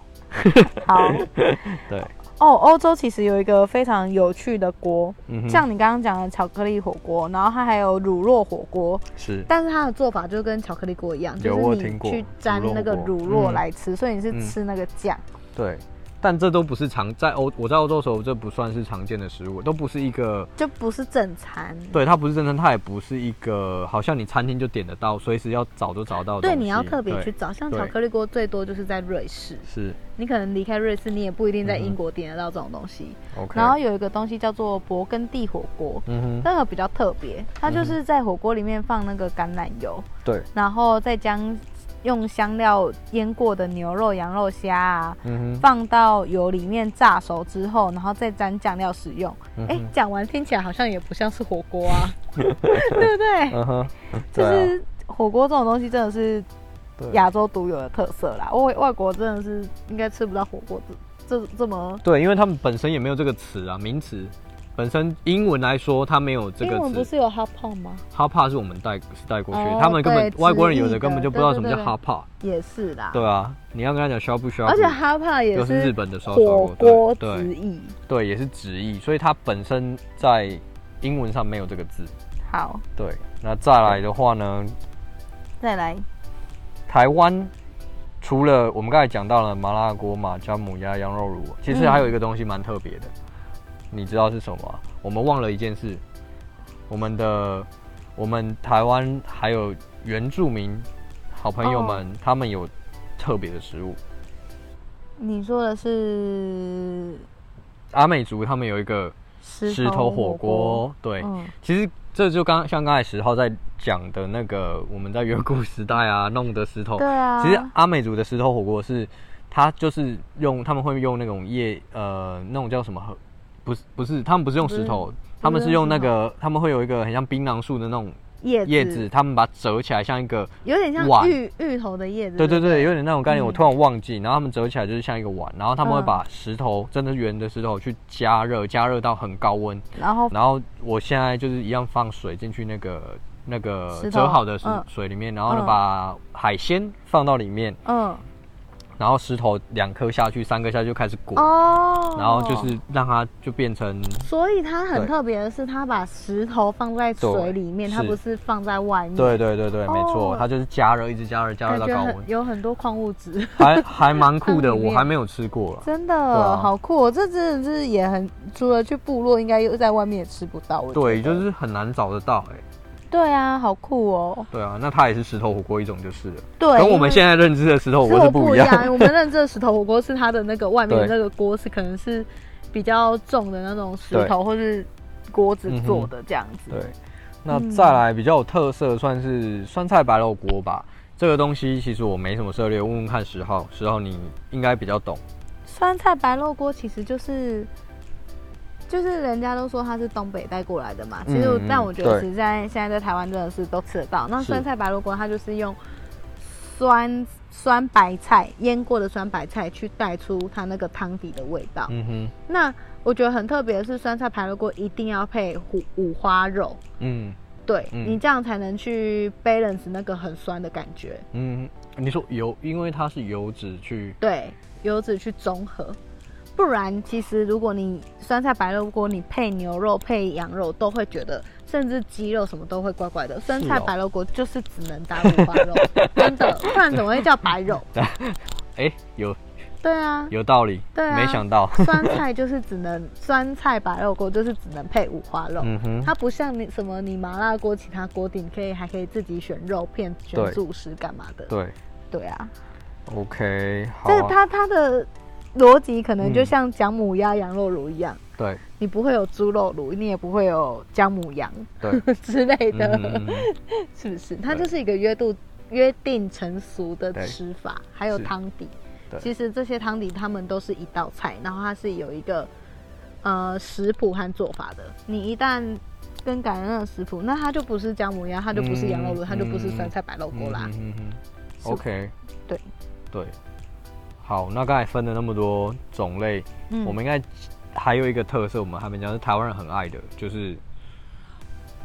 [SPEAKER 1] 好。
[SPEAKER 2] [LAUGHS] 对，
[SPEAKER 1] 哦，欧洲其实有一个非常有趣的锅，
[SPEAKER 2] 嗯哼，
[SPEAKER 1] 像你刚刚讲的巧克力火锅，然后它还有乳酪火锅，
[SPEAKER 2] 是
[SPEAKER 1] 但是它的做法就跟巧克力锅一样，
[SPEAKER 2] 有
[SPEAKER 1] 就
[SPEAKER 2] 我
[SPEAKER 1] 是
[SPEAKER 2] 有听
[SPEAKER 1] 你
[SPEAKER 2] 过
[SPEAKER 1] 去沾
[SPEAKER 2] 乳酪
[SPEAKER 1] 那个
[SPEAKER 2] 火锅
[SPEAKER 1] 乳酪
[SPEAKER 2] 嗯
[SPEAKER 1] 来吃，所以你是
[SPEAKER 2] 嗯
[SPEAKER 1] 吃那个酱。
[SPEAKER 2] 对，但这都不是常在欧我在欧洲的时候，这不算是常见的食物，都不是一个
[SPEAKER 1] 就不是正餐。
[SPEAKER 2] 对它不是正餐，它也不是一个好像你餐厅就点得到，随时要找就找到的东
[SPEAKER 1] 对，
[SPEAKER 2] 西。
[SPEAKER 1] 你要特别去
[SPEAKER 2] 对
[SPEAKER 1] 找，像
[SPEAKER 2] 对
[SPEAKER 1] 巧克力锅最多就是在瑞士，
[SPEAKER 2] 是
[SPEAKER 1] 你可能离开瑞士，你也不一定在
[SPEAKER 2] 嗯哼
[SPEAKER 1] 英国点得到这种东西。
[SPEAKER 2] OK，
[SPEAKER 1] 然后有一个东西叫做勃艮第火锅，
[SPEAKER 2] 嗯哼，
[SPEAKER 1] 那个比较
[SPEAKER 2] 嗯
[SPEAKER 1] 特别，它就是在火锅里面放那个橄榄油，
[SPEAKER 2] 对
[SPEAKER 1] 然后再将用香料腌过的牛肉、羊肉、虾啊，
[SPEAKER 2] 嗯哼，
[SPEAKER 1] 放到油里面炸熟之后，然后再沾酱料使用。
[SPEAKER 2] 嗯
[SPEAKER 1] 哎、
[SPEAKER 2] 哼
[SPEAKER 1] 讲完听起来好像也不像是火锅
[SPEAKER 2] [LAUGHS]
[SPEAKER 1] 啊，对不对？
[SPEAKER 2] 嗯哼，
[SPEAKER 1] 就
[SPEAKER 2] 对啊
[SPEAKER 1] 是火锅这种东西真的是
[SPEAKER 2] 对啊
[SPEAKER 1] 亚洲独有的特色啦。外外国真的是应该吃不到火锅这这这么。
[SPEAKER 2] 对，因为他们本身也没有这个词啊，名词本身英文来说，它没有这
[SPEAKER 1] 英文
[SPEAKER 2] 个
[SPEAKER 1] 不
[SPEAKER 2] 词。
[SPEAKER 1] 是有 hot pot 吗？
[SPEAKER 2] 哈帕是我们带是带过去的，
[SPEAKER 1] 哦
[SPEAKER 2] 他们根本
[SPEAKER 1] 对
[SPEAKER 2] 外国人
[SPEAKER 1] 直译
[SPEAKER 2] 有的根本
[SPEAKER 1] 的
[SPEAKER 2] 就不知道
[SPEAKER 1] 对
[SPEAKER 2] 什么
[SPEAKER 1] 对
[SPEAKER 2] 叫
[SPEAKER 1] 对
[SPEAKER 2] 哈帕。
[SPEAKER 1] 也是啦。
[SPEAKER 2] 对啊，你要跟他讲 shabu shabu，
[SPEAKER 1] 而且 hot pot 也
[SPEAKER 2] 又是
[SPEAKER 1] 是
[SPEAKER 2] 日本的烧烧
[SPEAKER 1] 火
[SPEAKER 2] 锅，
[SPEAKER 1] 锅
[SPEAKER 2] 对
[SPEAKER 1] 之
[SPEAKER 2] 对
[SPEAKER 1] 意。
[SPEAKER 2] 对，也是直译，所以它本身在英文上没有这个字。
[SPEAKER 1] 好，
[SPEAKER 2] 对，那再来的话呢，
[SPEAKER 1] 再来
[SPEAKER 2] 台湾除了我们刚才讲到了麻辣锅嘛、姜母鸭、羊肉炉，其实
[SPEAKER 1] 嗯
[SPEAKER 2] 还有一个东西蛮特别的，你知道是什么啊、我们忘了一件事，我们的我们台湾还有原住民好朋友们，他们有特别的食物。
[SPEAKER 1] 你说的是
[SPEAKER 2] 阿美族他们有一个
[SPEAKER 1] 石
[SPEAKER 2] 石头火锅，对，
[SPEAKER 1] 嗯，
[SPEAKER 2] 其实这就刚像刚才十号在讲的那个，我们在远古时代啊弄的石头，
[SPEAKER 1] 对啊，
[SPEAKER 2] 其实阿美族的石头火锅是，它就是用他们会用那种叶呃那种叫什么河，不是不是，他们不是用石头，他们是用那个他们会有一个很像槟榔树的那种
[SPEAKER 1] 叶
[SPEAKER 2] 叶子，他们把它折起来像一个，
[SPEAKER 1] 有点像
[SPEAKER 2] 碗
[SPEAKER 1] 芋芋头的叶子，
[SPEAKER 2] 对对
[SPEAKER 1] 不
[SPEAKER 2] 对，有点那种概念，
[SPEAKER 1] 嗯
[SPEAKER 2] 我突然忘记，然后他们折起来就是像一个碗，然后他们会
[SPEAKER 1] 嗯
[SPEAKER 2] 把石头真的圆的石头去加热，加热到很高温，
[SPEAKER 1] 然后
[SPEAKER 2] 然后我现在就是一样放水进去那个那个
[SPEAKER 1] 石头
[SPEAKER 2] 折好的水
[SPEAKER 1] 嗯
[SPEAKER 2] 水里面，然后呢
[SPEAKER 1] 嗯
[SPEAKER 2] 把海鲜放到里面，
[SPEAKER 1] 嗯
[SPEAKER 2] 然后石头两颗下去，三颗下去就开始裹，
[SPEAKER 1] 哦，
[SPEAKER 2] 然后就是让它就变成
[SPEAKER 1] 所以它很
[SPEAKER 2] 对
[SPEAKER 1] 特别的是，它把石头放在水
[SPEAKER 2] 对
[SPEAKER 1] 里面，
[SPEAKER 2] 是
[SPEAKER 1] 它不是放在外面，，
[SPEAKER 2] 对对对对，没错
[SPEAKER 1] 哦，
[SPEAKER 2] 它就是加热，一直加热，加
[SPEAKER 1] 感
[SPEAKER 2] 热到
[SPEAKER 1] 觉 [LAUGHS]
[SPEAKER 2] 高
[SPEAKER 1] 很
[SPEAKER 2] 温，
[SPEAKER 1] 有很多矿物质，
[SPEAKER 2] 还还蛮酷的，
[SPEAKER 1] 放里面
[SPEAKER 2] 我还没有吃过了。
[SPEAKER 1] 真的、
[SPEAKER 2] 啊
[SPEAKER 1] 好酷、哦！这真的是也很，除了去部落，应该又在外面也吃不到。我觉
[SPEAKER 2] 对，
[SPEAKER 1] 得
[SPEAKER 2] 就是很难找得到哎、
[SPEAKER 1] 对啊，好酷哦！
[SPEAKER 2] 对啊，那它也是石头火锅一种就是了，
[SPEAKER 1] 对，
[SPEAKER 2] 跟我们
[SPEAKER 1] 因为
[SPEAKER 2] 现在认知的石头火
[SPEAKER 1] 石
[SPEAKER 2] 锅
[SPEAKER 1] 头
[SPEAKER 2] 是哦不
[SPEAKER 1] 不
[SPEAKER 2] 一
[SPEAKER 1] 一
[SPEAKER 2] 样。 [LAUGHS]
[SPEAKER 1] 样，我们认知的石头火锅是它的那个外面的
[SPEAKER 2] 对
[SPEAKER 1] 那个锅是可能是比较重的那种石头或是锅子做的这样嗯子。
[SPEAKER 2] [LAUGHS] 对，那再来比较有特色，算是酸菜白肉锅吧。这个东西其实我没什么涉猎，问问看十号，十号你应该比较懂。
[SPEAKER 1] 酸菜白肉锅其实就是。就是人家都说它是东北带过来的嘛，其实我、
[SPEAKER 2] 嗯嗯
[SPEAKER 1] 但我觉得
[SPEAKER 2] 对
[SPEAKER 1] 其实在现在在台湾真的是都吃得到。那
[SPEAKER 2] 是
[SPEAKER 1] 酸菜白肉锅它就是用酸酸白菜腌过的酸白菜去带出它那个汤底的味道。
[SPEAKER 2] 嗯哼，
[SPEAKER 1] 那我觉得很特别的是，酸菜白肉锅一定要配五五花肉，
[SPEAKER 2] 嗯
[SPEAKER 1] 对、
[SPEAKER 2] 嗯
[SPEAKER 1] 你这样才能去 balance 那个很酸的感觉，
[SPEAKER 2] 嗯，你说油，因为它是油脂去，
[SPEAKER 1] 对，油脂去中和。不然，其实如果你酸菜白肉锅，你配牛肉、配羊肉都会觉得，甚至鸡肉什么都会怪怪的。
[SPEAKER 2] 啊
[SPEAKER 1] 酸菜白肉锅就是只能搭五花
[SPEAKER 2] [LAUGHS]
[SPEAKER 1] 肉，真的，不然怎么会叫白肉？
[SPEAKER 2] 哎、有
[SPEAKER 1] 对啊，
[SPEAKER 2] 有道理，
[SPEAKER 1] 对啊
[SPEAKER 2] 没想到，
[SPEAKER 1] 酸菜就是只能酸菜白肉锅就是只能配五花肉。
[SPEAKER 2] 嗯哼，
[SPEAKER 1] 它不像你什么你麻辣锅其他锅底，你可以还可以自己选肉片、选
[SPEAKER 2] 对
[SPEAKER 1] 主食干嘛的。
[SPEAKER 2] 对
[SPEAKER 1] 对啊，
[SPEAKER 2] ，OK，好、
[SPEAKER 1] 这
[SPEAKER 2] 啊，
[SPEAKER 1] 它它的逻辑可能就
[SPEAKER 2] 嗯
[SPEAKER 1] 像姜母鸭、羊肉炉一样，
[SPEAKER 2] 对
[SPEAKER 1] 你不会有猪肉炉，你也不会有姜母
[SPEAKER 2] [LAUGHS]
[SPEAKER 1] 羊 [LAUGHS]
[SPEAKER 2] 对，
[SPEAKER 1] 之类
[SPEAKER 2] 嗯
[SPEAKER 1] 的，
[SPEAKER 2] 嗯嗯
[SPEAKER 1] 是不是？它
[SPEAKER 2] 对
[SPEAKER 1] 就是一个约度约定成俗的
[SPEAKER 2] 对
[SPEAKER 1] 吃法，还有
[SPEAKER 2] 是
[SPEAKER 1] 汤底。
[SPEAKER 2] 对
[SPEAKER 1] 其实这些汤底它们都是一道菜，然后它是有一个呃食谱和做法的。你一旦更改了那个食谱，那它就不是姜母鸭，它就不是羊肉炉，
[SPEAKER 2] 嗯
[SPEAKER 1] 它就不是
[SPEAKER 2] 嗯
[SPEAKER 1] 酸菜白肉锅啦。
[SPEAKER 2] 嗯嗯
[SPEAKER 1] 是
[SPEAKER 2] ，OK，
[SPEAKER 1] 对
[SPEAKER 2] 对，好，那刚才分了那么多种类，
[SPEAKER 1] 嗯，
[SPEAKER 2] 我们应该还有一个特色，我们还没讲，是台湾人很爱的，就是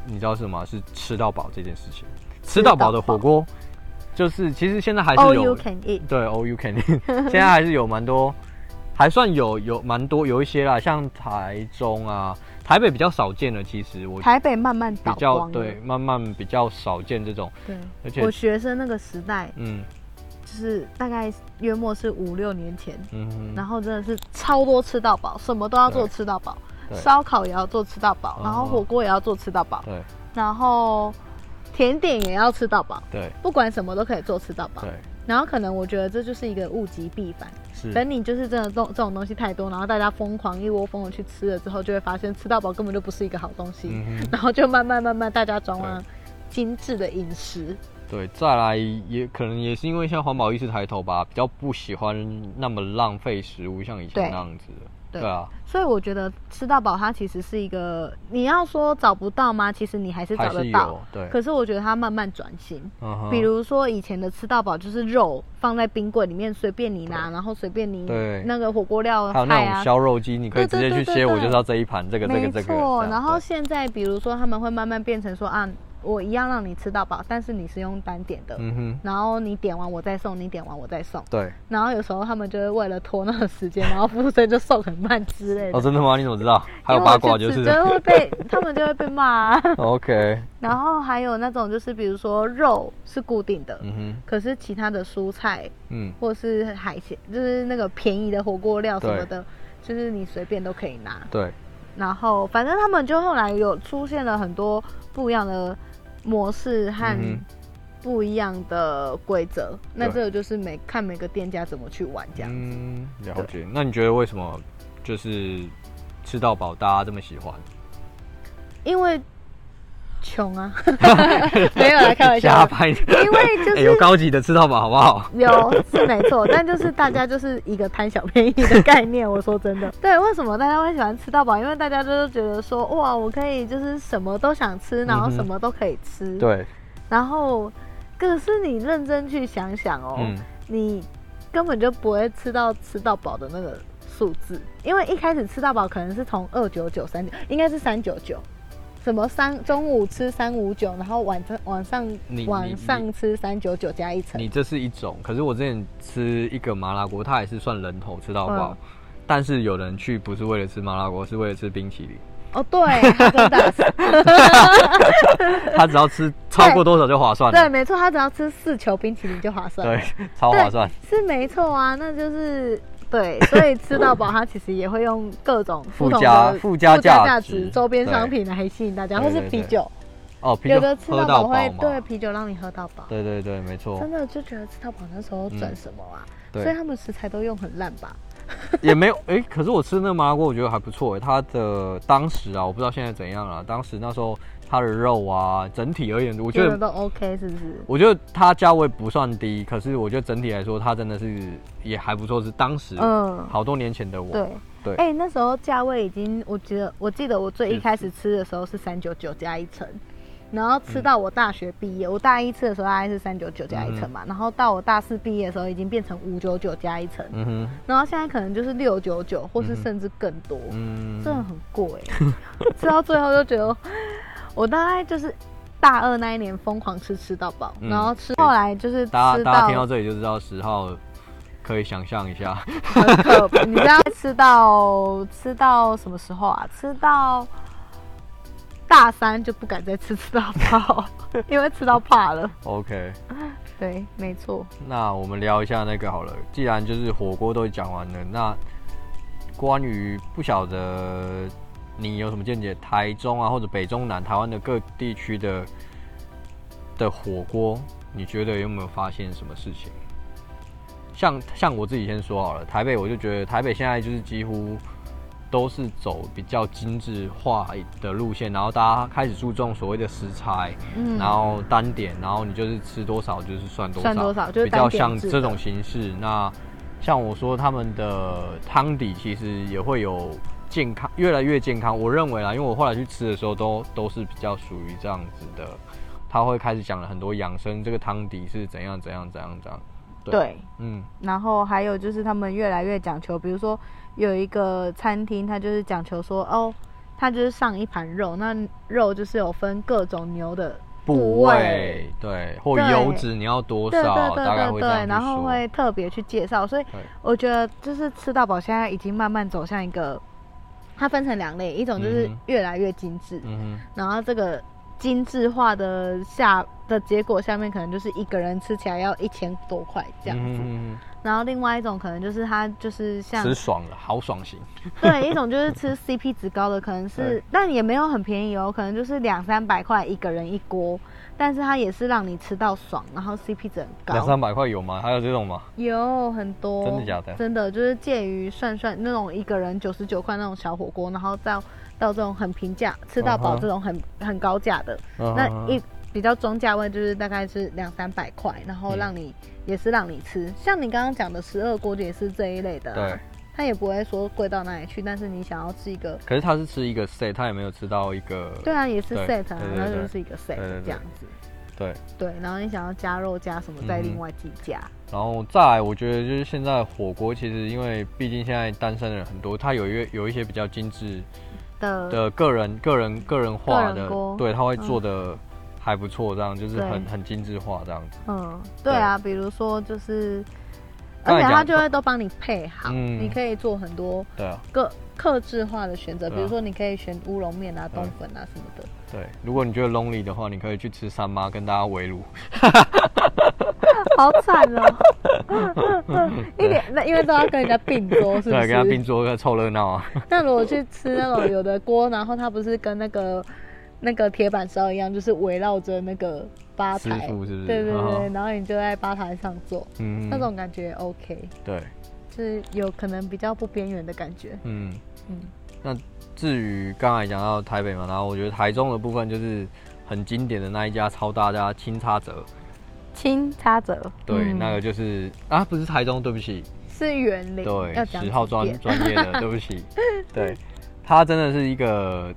[SPEAKER 2] 你知道是什么吗？是吃到饱这件事情。吃到饱的火锅，就是其实现在还是
[SPEAKER 1] all
[SPEAKER 2] 有
[SPEAKER 1] Oh, you can eat。
[SPEAKER 2] 对 all you can，eat 现在还是有蛮多，还算有有蛮多有一些啦，像台中啊、台北比较少见的，其实我
[SPEAKER 1] 台北慢慢
[SPEAKER 2] 比
[SPEAKER 1] 倒
[SPEAKER 2] 较
[SPEAKER 1] 光了，
[SPEAKER 2] 对慢慢比较少见这种，
[SPEAKER 1] 对
[SPEAKER 2] 而且
[SPEAKER 1] 我学生那个时代，
[SPEAKER 2] 嗯
[SPEAKER 1] 就是大概约莫是五六年前，
[SPEAKER 2] 嗯哼，
[SPEAKER 1] 然后真的是超多吃到饱，什么都要做
[SPEAKER 2] 对
[SPEAKER 1] 吃到饱，
[SPEAKER 2] 对
[SPEAKER 1] 烧烤也要做吃到饱
[SPEAKER 2] 哦，
[SPEAKER 1] 然后火锅也要做吃到饱，
[SPEAKER 2] 对
[SPEAKER 1] 然后甜点也要吃到饱，
[SPEAKER 2] 对
[SPEAKER 1] 不管什么都可以做吃到饱
[SPEAKER 2] 对。
[SPEAKER 1] 然后可能我觉得这就是一个物极必反，
[SPEAKER 2] 是，
[SPEAKER 1] 等你就是真的这种这种东西太多，然后大家疯狂一窝蜂的去吃了之后，就会发现吃到饱根本就不是一个好东西，
[SPEAKER 2] 嗯哼
[SPEAKER 1] 然后就慢慢慢慢大家转往精致的饮食，
[SPEAKER 2] 对，再来也可能也是因为现在环保意识抬头吧，比较不喜欢那么浪费食物，像以前
[SPEAKER 1] 对
[SPEAKER 2] 那样子的。
[SPEAKER 1] 对
[SPEAKER 2] 对啊，
[SPEAKER 1] 所以我觉得吃到饱它其实是一个，你要说找不到吗？其实你还是
[SPEAKER 2] 还
[SPEAKER 1] 找得
[SPEAKER 2] 是
[SPEAKER 1] 到
[SPEAKER 2] 有。对，
[SPEAKER 1] 可是我觉得它慢慢转型，
[SPEAKER 2] 嗯哼
[SPEAKER 1] 比如说以前的吃到饱就是肉放在冰柜里面随便你拿，然后随便你
[SPEAKER 2] 对
[SPEAKER 1] 那个火锅料
[SPEAKER 2] 还有
[SPEAKER 1] 菜
[SPEAKER 2] 那
[SPEAKER 1] 啊
[SPEAKER 2] 种，削肉机，你可以直
[SPEAKER 1] 对
[SPEAKER 2] 接
[SPEAKER 1] 对
[SPEAKER 2] 去
[SPEAKER 1] 对
[SPEAKER 2] 切，
[SPEAKER 1] 对
[SPEAKER 2] 我
[SPEAKER 1] 对
[SPEAKER 2] 就是要这一盘，这个这个
[SPEAKER 1] 没
[SPEAKER 2] 这个。
[SPEAKER 1] 错。
[SPEAKER 2] 这样
[SPEAKER 1] 然后
[SPEAKER 2] 对
[SPEAKER 1] 现在比如说他们会慢慢变成说啊，我一样让你吃到饱，但是你是用单点的，
[SPEAKER 2] 嗯哼，
[SPEAKER 1] 然后你点完我再送，你点完我再送。
[SPEAKER 2] 对。
[SPEAKER 1] 然后有时候他们就会为了拖那个时间，然后服务生就送很慢之类的。
[SPEAKER 2] 哦，真的吗？你怎么知道？还有
[SPEAKER 1] 因为
[SPEAKER 2] 八
[SPEAKER 1] 我
[SPEAKER 2] 卦
[SPEAKER 1] 去
[SPEAKER 2] 就
[SPEAKER 1] 吃
[SPEAKER 2] 是。
[SPEAKER 1] 就会被他们就会被骂、啊。[LAUGHS]
[SPEAKER 2] [LAUGHS] OK，
[SPEAKER 1] 然后还有那种就是比如说肉是固定的，
[SPEAKER 2] 嗯哼，
[SPEAKER 1] 可是其他的蔬菜
[SPEAKER 2] 嗯，
[SPEAKER 1] 或是海鲜，就是那个便宜的火锅料什么的，就是你随便都可以拿。
[SPEAKER 2] 对，
[SPEAKER 1] 然后反正他们就后来有出现了很多不一样的模式和
[SPEAKER 2] 嗯哼
[SPEAKER 1] 不一样的规则。那
[SPEAKER 2] 对
[SPEAKER 1] 这个就是每看每个店家怎么去玩这样。
[SPEAKER 2] 嗯，了解。那你觉得为什么就是吃到饱大家这么喜欢？
[SPEAKER 1] 因为穷
[SPEAKER 2] [LAUGHS]
[SPEAKER 1] 啊， [LAUGHS] 没有啦，开玩
[SPEAKER 2] 瞎
[SPEAKER 1] 笑。
[SPEAKER 2] 拍，
[SPEAKER 1] [LAUGHS]
[SPEAKER 2] [LAUGHS]
[SPEAKER 1] 因为就
[SPEAKER 2] 哎
[SPEAKER 1] 是
[SPEAKER 2] 有高级的吃到饱好不好？
[SPEAKER 1] 有是没错，但就是大家就是一个贪小便宜的概念。我说
[SPEAKER 2] [LAUGHS]
[SPEAKER 1] 真的，对，为什么大家会喜欢吃到饱？因为大家就是觉得说，哇，我可以就是什么都想吃，然后
[SPEAKER 2] 嗯哼
[SPEAKER 1] 什么都可以吃。、
[SPEAKER 2] 对，
[SPEAKER 1] 然后，可是你认真去想想哦，
[SPEAKER 2] 嗯，
[SPEAKER 1] 你根本就不会吃到吃到饱的那个数字，因为一开始吃到饱可能是从二九九三九，应该是三九九，什么三中午吃三五九，然后晚上晚上
[SPEAKER 2] 你你
[SPEAKER 1] 晚上吃三九九加一层
[SPEAKER 2] 你，这是一种，可是我之前吃一个麻辣锅，它也是算人头吃到饱，
[SPEAKER 1] 嗯
[SPEAKER 2] 但是有人去不是为了吃麻辣锅，是为了吃冰淇淋，
[SPEAKER 1] 哦对，哈根
[SPEAKER 2] [LAUGHS]
[SPEAKER 1] 达斯
[SPEAKER 2] 他只要吃超过多少就划算
[SPEAKER 1] 对， [LAUGHS]
[SPEAKER 2] 了，
[SPEAKER 1] 没错，他只要吃四球冰淇淋就划算，
[SPEAKER 2] 对，超划算，
[SPEAKER 1] 是没错啊，那就是。对，所以吃到饱，它其实也会用各种不
[SPEAKER 2] 附
[SPEAKER 1] 同
[SPEAKER 2] 加
[SPEAKER 1] 的
[SPEAKER 2] 附加价
[SPEAKER 1] 价
[SPEAKER 2] 值
[SPEAKER 1] 值、周边
[SPEAKER 2] 对
[SPEAKER 1] 商品来吸引大家，
[SPEAKER 2] 对
[SPEAKER 1] 或是
[SPEAKER 2] 对
[SPEAKER 1] 啤
[SPEAKER 2] 对
[SPEAKER 1] 酒，
[SPEAKER 2] 哦，啤
[SPEAKER 1] 有
[SPEAKER 2] 酒
[SPEAKER 1] 的吃
[SPEAKER 2] 喝
[SPEAKER 1] 饱
[SPEAKER 2] 到
[SPEAKER 1] 会
[SPEAKER 2] 饱嘛，
[SPEAKER 1] 对啤酒让你喝到饱，
[SPEAKER 2] 对对对，没错
[SPEAKER 1] 真，的就觉得吃到饱那时候赚什么啊？
[SPEAKER 2] 对
[SPEAKER 1] 所以他们食材都用很烂吧？
[SPEAKER 2] 也没有哎、可是我吃那个麻辣锅，我觉得还不错哎、它的当时啊，我不知道现在怎样了，当时那时候它的肉啊，整体而言，我觉
[SPEAKER 1] 觉
[SPEAKER 2] 得
[SPEAKER 1] 得都 OK 是不是？
[SPEAKER 2] 我觉得它价位不算低，可是我觉得整体来说，它真的是也还不错，是当时
[SPEAKER 1] 嗯
[SPEAKER 2] 好多年前的我。
[SPEAKER 1] 对
[SPEAKER 2] 对
[SPEAKER 1] 哎、那时候价位已经，我觉得我记得我最
[SPEAKER 2] 是
[SPEAKER 1] 一开始吃的时候是三九九加一层，然
[SPEAKER 2] 嗯
[SPEAKER 1] 后吃到我大学毕业，我大一吃的时候大概是三九九加一层嘛，然后到我大四毕业的时候已经变成五九九加一层，
[SPEAKER 2] 嗯哼，
[SPEAKER 1] 然后现在可能就是六九九，或是甚至更多。
[SPEAKER 2] 嗯，
[SPEAKER 1] 真的很贵欸， [LAUGHS] 吃到最后就觉得，我大概就是大二那一年疯狂吃吃到饱，
[SPEAKER 2] 嗯
[SPEAKER 1] 然后吃后来就是吃
[SPEAKER 2] 大
[SPEAKER 1] 到
[SPEAKER 2] 家大家听到这里就知道十号可以想象一下， [LAUGHS]
[SPEAKER 1] 很可，呃你知道吃到吃到什么时候啊？吃到大三就不敢再吃吃到饱，因为吃到怕了。
[SPEAKER 2] OK，
[SPEAKER 1] 对，没错，
[SPEAKER 2] 那我们聊一下那个好了。既然就是火锅都讲完了，那关于不晓得你有什么见解？台中啊，或者北中南台湾的各地区的的火锅，你觉得有没有发现什么事情？像像我自己先说好了，台北我就觉得台北现在就是几乎都是走比较精致化的路线，然后大家开始注重所谓的食材，
[SPEAKER 1] 嗯
[SPEAKER 2] 然后单点，然后你就是吃多少就是算多少，
[SPEAKER 1] 算多少就是
[SPEAKER 2] 比较
[SPEAKER 1] 单点
[SPEAKER 2] 像
[SPEAKER 1] 制
[SPEAKER 2] 这种形式。那像我说他们的汤底其实也会有健康，越来越健康。我认为啦，因为我后来去吃的时候都都是比较属于这样子的，他会开始讲了很多养生，这个汤底是怎样怎样怎样怎样。对
[SPEAKER 1] 对。
[SPEAKER 2] 嗯，
[SPEAKER 1] 然后还有就是他们越来越讲求，比如说有一个餐厅，它就是讲求说，哦，它就是上一盘肉，那肉就是有分各种牛的
[SPEAKER 2] 部位对，或
[SPEAKER 1] 对
[SPEAKER 2] 油脂你要多
[SPEAKER 1] 对对
[SPEAKER 2] 少，
[SPEAKER 1] 对
[SPEAKER 2] 大概
[SPEAKER 1] 对
[SPEAKER 2] 会这样
[SPEAKER 1] 对，
[SPEAKER 2] 去
[SPEAKER 1] 然后
[SPEAKER 2] 说
[SPEAKER 1] 会特别去介绍，所以
[SPEAKER 2] 对
[SPEAKER 1] 我觉得就是吃到饱现在已经慢慢走向一个，它分成两类，一种就是
[SPEAKER 2] 嗯哼
[SPEAKER 1] 越来越精致，
[SPEAKER 2] 嗯
[SPEAKER 1] 然后这个精致化的下的结果下面可能就是一个人吃起来要一千多块
[SPEAKER 2] 哼，
[SPEAKER 1] 这样子，
[SPEAKER 2] 嗯哼
[SPEAKER 1] 然后另外一种可能就是它就是像
[SPEAKER 2] 吃爽了，豪爽型。
[SPEAKER 1] 对，一种就是吃 CP 值高的，可能是
[SPEAKER 2] 对，
[SPEAKER 1] 但也没有很便宜哦，可能就是两三百块一个人一锅，但是它也是让你吃到爽，然后 CP 值很
[SPEAKER 2] 两
[SPEAKER 1] 高，
[SPEAKER 2] 三百块有吗？还有这种吗？
[SPEAKER 1] 有很多，
[SPEAKER 2] 真的假的
[SPEAKER 1] 真的就是介于涮涮那种一个人九十九块那种小火锅，然后到到这种很平价吃到
[SPEAKER 2] 嗯
[SPEAKER 1] 饱
[SPEAKER 2] 哼
[SPEAKER 1] 这种很很高价的，
[SPEAKER 2] 嗯
[SPEAKER 1] 那
[SPEAKER 2] 哼
[SPEAKER 1] 一。比较中价位，就是大概是两三百块，然后让你、
[SPEAKER 2] 嗯
[SPEAKER 1] 也是让你吃。像你刚刚讲的十二锅也是这一类的、啊 [LAUGHS]
[SPEAKER 2] 对，，
[SPEAKER 1] 它也不会说贵到哪里去，但是你想要吃一个，
[SPEAKER 2] 可是他是吃一个 set，他也没有吃到一个
[SPEAKER 1] 对啊，也是
[SPEAKER 2] 对
[SPEAKER 1] set 啊
[SPEAKER 2] 对，对
[SPEAKER 1] 然后
[SPEAKER 2] 对
[SPEAKER 1] 就是一个 set
[SPEAKER 2] 对对
[SPEAKER 1] 这样子，
[SPEAKER 2] 对
[SPEAKER 1] 对，然后你想要加肉加什么，再
[SPEAKER 2] 嗯
[SPEAKER 1] 另外计价。
[SPEAKER 2] 然后再来，我觉得就是现在火锅，其实因为毕竟现在单身的人很多，它有一个有一些比较精致
[SPEAKER 1] 的
[SPEAKER 2] 的个人、个人、个人
[SPEAKER 1] 嗯
[SPEAKER 2] 化
[SPEAKER 1] 个人
[SPEAKER 2] 的
[SPEAKER 1] 锅，嗯
[SPEAKER 2] 对，他会做的还不错，这样就是
[SPEAKER 1] 对
[SPEAKER 2] 很很精致化这样子。
[SPEAKER 1] 嗯，对啊，比如说就是，而
[SPEAKER 2] 刚
[SPEAKER 1] 且
[SPEAKER 2] 才讲
[SPEAKER 1] 他就会都帮你配好，
[SPEAKER 2] 嗯
[SPEAKER 1] 你可以做很多
[SPEAKER 2] 对啊，
[SPEAKER 1] 个克制化的选择，
[SPEAKER 2] 对啊
[SPEAKER 1] 比如说你可以选乌龙面啊、冬粉啊什么的。
[SPEAKER 2] 对。如果你觉得 lonely 的话，你可以去吃三妈，跟大家围炉。
[SPEAKER 1] [LAUGHS] 好惨哦， [LAUGHS] 一点那因为都要跟人家并桌，是不
[SPEAKER 2] 对，跟他并
[SPEAKER 1] 是？
[SPEAKER 2] 桌个凑热闹啊。
[SPEAKER 1] 那如果去吃那种有的锅，然后它不是跟那个那个铁板烧一样，就是围绕着那个吧
[SPEAKER 2] 师
[SPEAKER 1] 台，
[SPEAKER 2] 傅是不是？
[SPEAKER 1] 对对对，
[SPEAKER 2] 嗯哼
[SPEAKER 1] 然后你就在吧台上坐，
[SPEAKER 2] 嗯
[SPEAKER 1] 那种感觉 OK，
[SPEAKER 2] 对，
[SPEAKER 1] 就是有可能比较不边缘的感觉，
[SPEAKER 2] 嗯。
[SPEAKER 1] 嗯。
[SPEAKER 2] 至于刚才讲到台北嘛，然后我觉得台中的部分就是很经典的那一家超大家清差泽，
[SPEAKER 1] 清擦者，
[SPEAKER 2] 对，
[SPEAKER 1] 嗯
[SPEAKER 2] 那个就是啊，不是台中，对不起，
[SPEAKER 1] 是园林，要
[SPEAKER 2] 对，
[SPEAKER 1] 讲
[SPEAKER 2] 十号
[SPEAKER 1] 几
[SPEAKER 2] 专
[SPEAKER 1] 遍
[SPEAKER 2] 专业
[SPEAKER 1] [LAUGHS]
[SPEAKER 2] 的，对不起，对，他真的是一个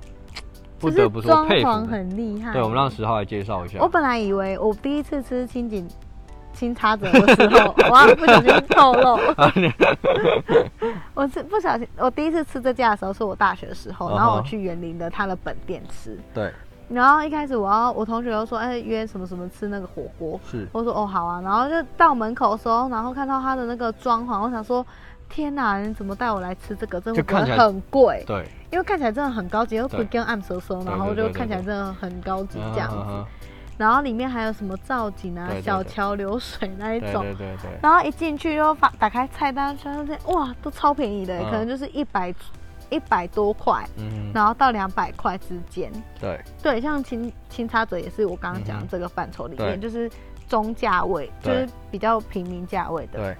[SPEAKER 2] 不
[SPEAKER 1] 就是
[SPEAKER 2] 得不说
[SPEAKER 1] 装
[SPEAKER 2] 佩
[SPEAKER 1] 潢
[SPEAKER 2] 服。
[SPEAKER 1] 很厉害。
[SPEAKER 2] 对，我们让十号来介绍一下
[SPEAKER 1] 我。本来以为我第一次吃清景清叉子的时候，哇，不小心透
[SPEAKER 2] [LAUGHS]
[SPEAKER 1] 露，我是不小心，我第一次吃这家的时候是我大学的时候，
[SPEAKER 2] 嗯哼
[SPEAKER 1] 然后我去园林的他的本店吃，
[SPEAKER 2] 对，
[SPEAKER 1] 然后一开始我要我同学又说，哎，约什么什么吃那个火锅，
[SPEAKER 2] 是，
[SPEAKER 1] 我说哦好啊，然后就到门口的时候，然后看到他的那个装潢，我想说。天哪！你怎么带我来吃这个？这会
[SPEAKER 2] 就
[SPEAKER 1] 不
[SPEAKER 2] 看
[SPEAKER 1] 会
[SPEAKER 2] 起来
[SPEAKER 1] 很贵？
[SPEAKER 2] 对，
[SPEAKER 1] 因为看起来真的很高级，又不
[SPEAKER 2] 对
[SPEAKER 1] 跟暗飕飕，然后
[SPEAKER 2] 对对
[SPEAKER 1] 就
[SPEAKER 2] 对
[SPEAKER 1] 看起来
[SPEAKER 2] 对
[SPEAKER 1] 真的很高级这样
[SPEAKER 2] 嗯
[SPEAKER 1] 子
[SPEAKER 2] 哼。
[SPEAKER 1] 然后里面还有什么造景啊
[SPEAKER 2] 对、对
[SPEAKER 1] 小
[SPEAKER 2] 对
[SPEAKER 1] 桥流水那一
[SPEAKER 2] 嗯对
[SPEAKER 1] 种
[SPEAKER 2] 对。对对，
[SPEAKER 1] 然后一进去就发打开菜单，发现哇，都超便宜的，
[SPEAKER 2] 嗯
[SPEAKER 1] 可能就是一百一百多块，
[SPEAKER 2] 嗯，
[SPEAKER 1] 然后到两百块之间。
[SPEAKER 2] 对
[SPEAKER 1] 对，像青青叉嘴也是我刚刚讲
[SPEAKER 2] 嗯
[SPEAKER 1] 的
[SPEAKER 2] 哼
[SPEAKER 1] 这个范畴里
[SPEAKER 2] 对
[SPEAKER 1] 面，就是中价位，就
[SPEAKER 2] 对
[SPEAKER 1] 是比较平民价位的。
[SPEAKER 2] 对，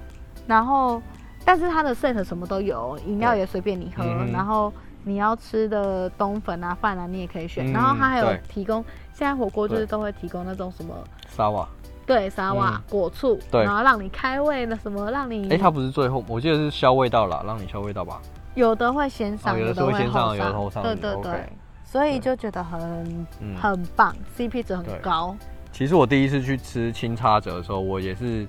[SPEAKER 1] 然后，但是它的 set 什么都有，饮料
[SPEAKER 2] 对
[SPEAKER 1] 也随便你喝，
[SPEAKER 2] 嗯哼
[SPEAKER 1] 然后你要吃的冬粉啊、饭啊，你也可以选。
[SPEAKER 2] 嗯
[SPEAKER 1] 然后它还有
[SPEAKER 2] 对
[SPEAKER 1] 提供，现在火锅就是
[SPEAKER 2] 对
[SPEAKER 1] 都会提供那种什么
[SPEAKER 2] 沙瓦。
[SPEAKER 1] 对沙瓦、
[SPEAKER 2] 嗯
[SPEAKER 1] 果醋，
[SPEAKER 2] 对
[SPEAKER 1] 然后让你开胃的什么，让你
[SPEAKER 2] 哎，他不是最后，我记得是消味道啦，让你消味道吧。
[SPEAKER 1] 有的会先上，
[SPEAKER 2] 哦有的
[SPEAKER 1] 的
[SPEAKER 2] 是会
[SPEAKER 1] 会
[SPEAKER 2] 先
[SPEAKER 1] 后
[SPEAKER 2] 上有的后上
[SPEAKER 1] 对
[SPEAKER 2] 的
[SPEAKER 1] 对对。
[SPEAKER 2] OK
[SPEAKER 1] 所以
[SPEAKER 2] 对
[SPEAKER 1] 就觉得很、
[SPEAKER 2] 嗯
[SPEAKER 1] 很棒，CP 值
[SPEAKER 2] 对
[SPEAKER 1] 很高。
[SPEAKER 2] 其实我第一次去吃清叉者的时候，我也是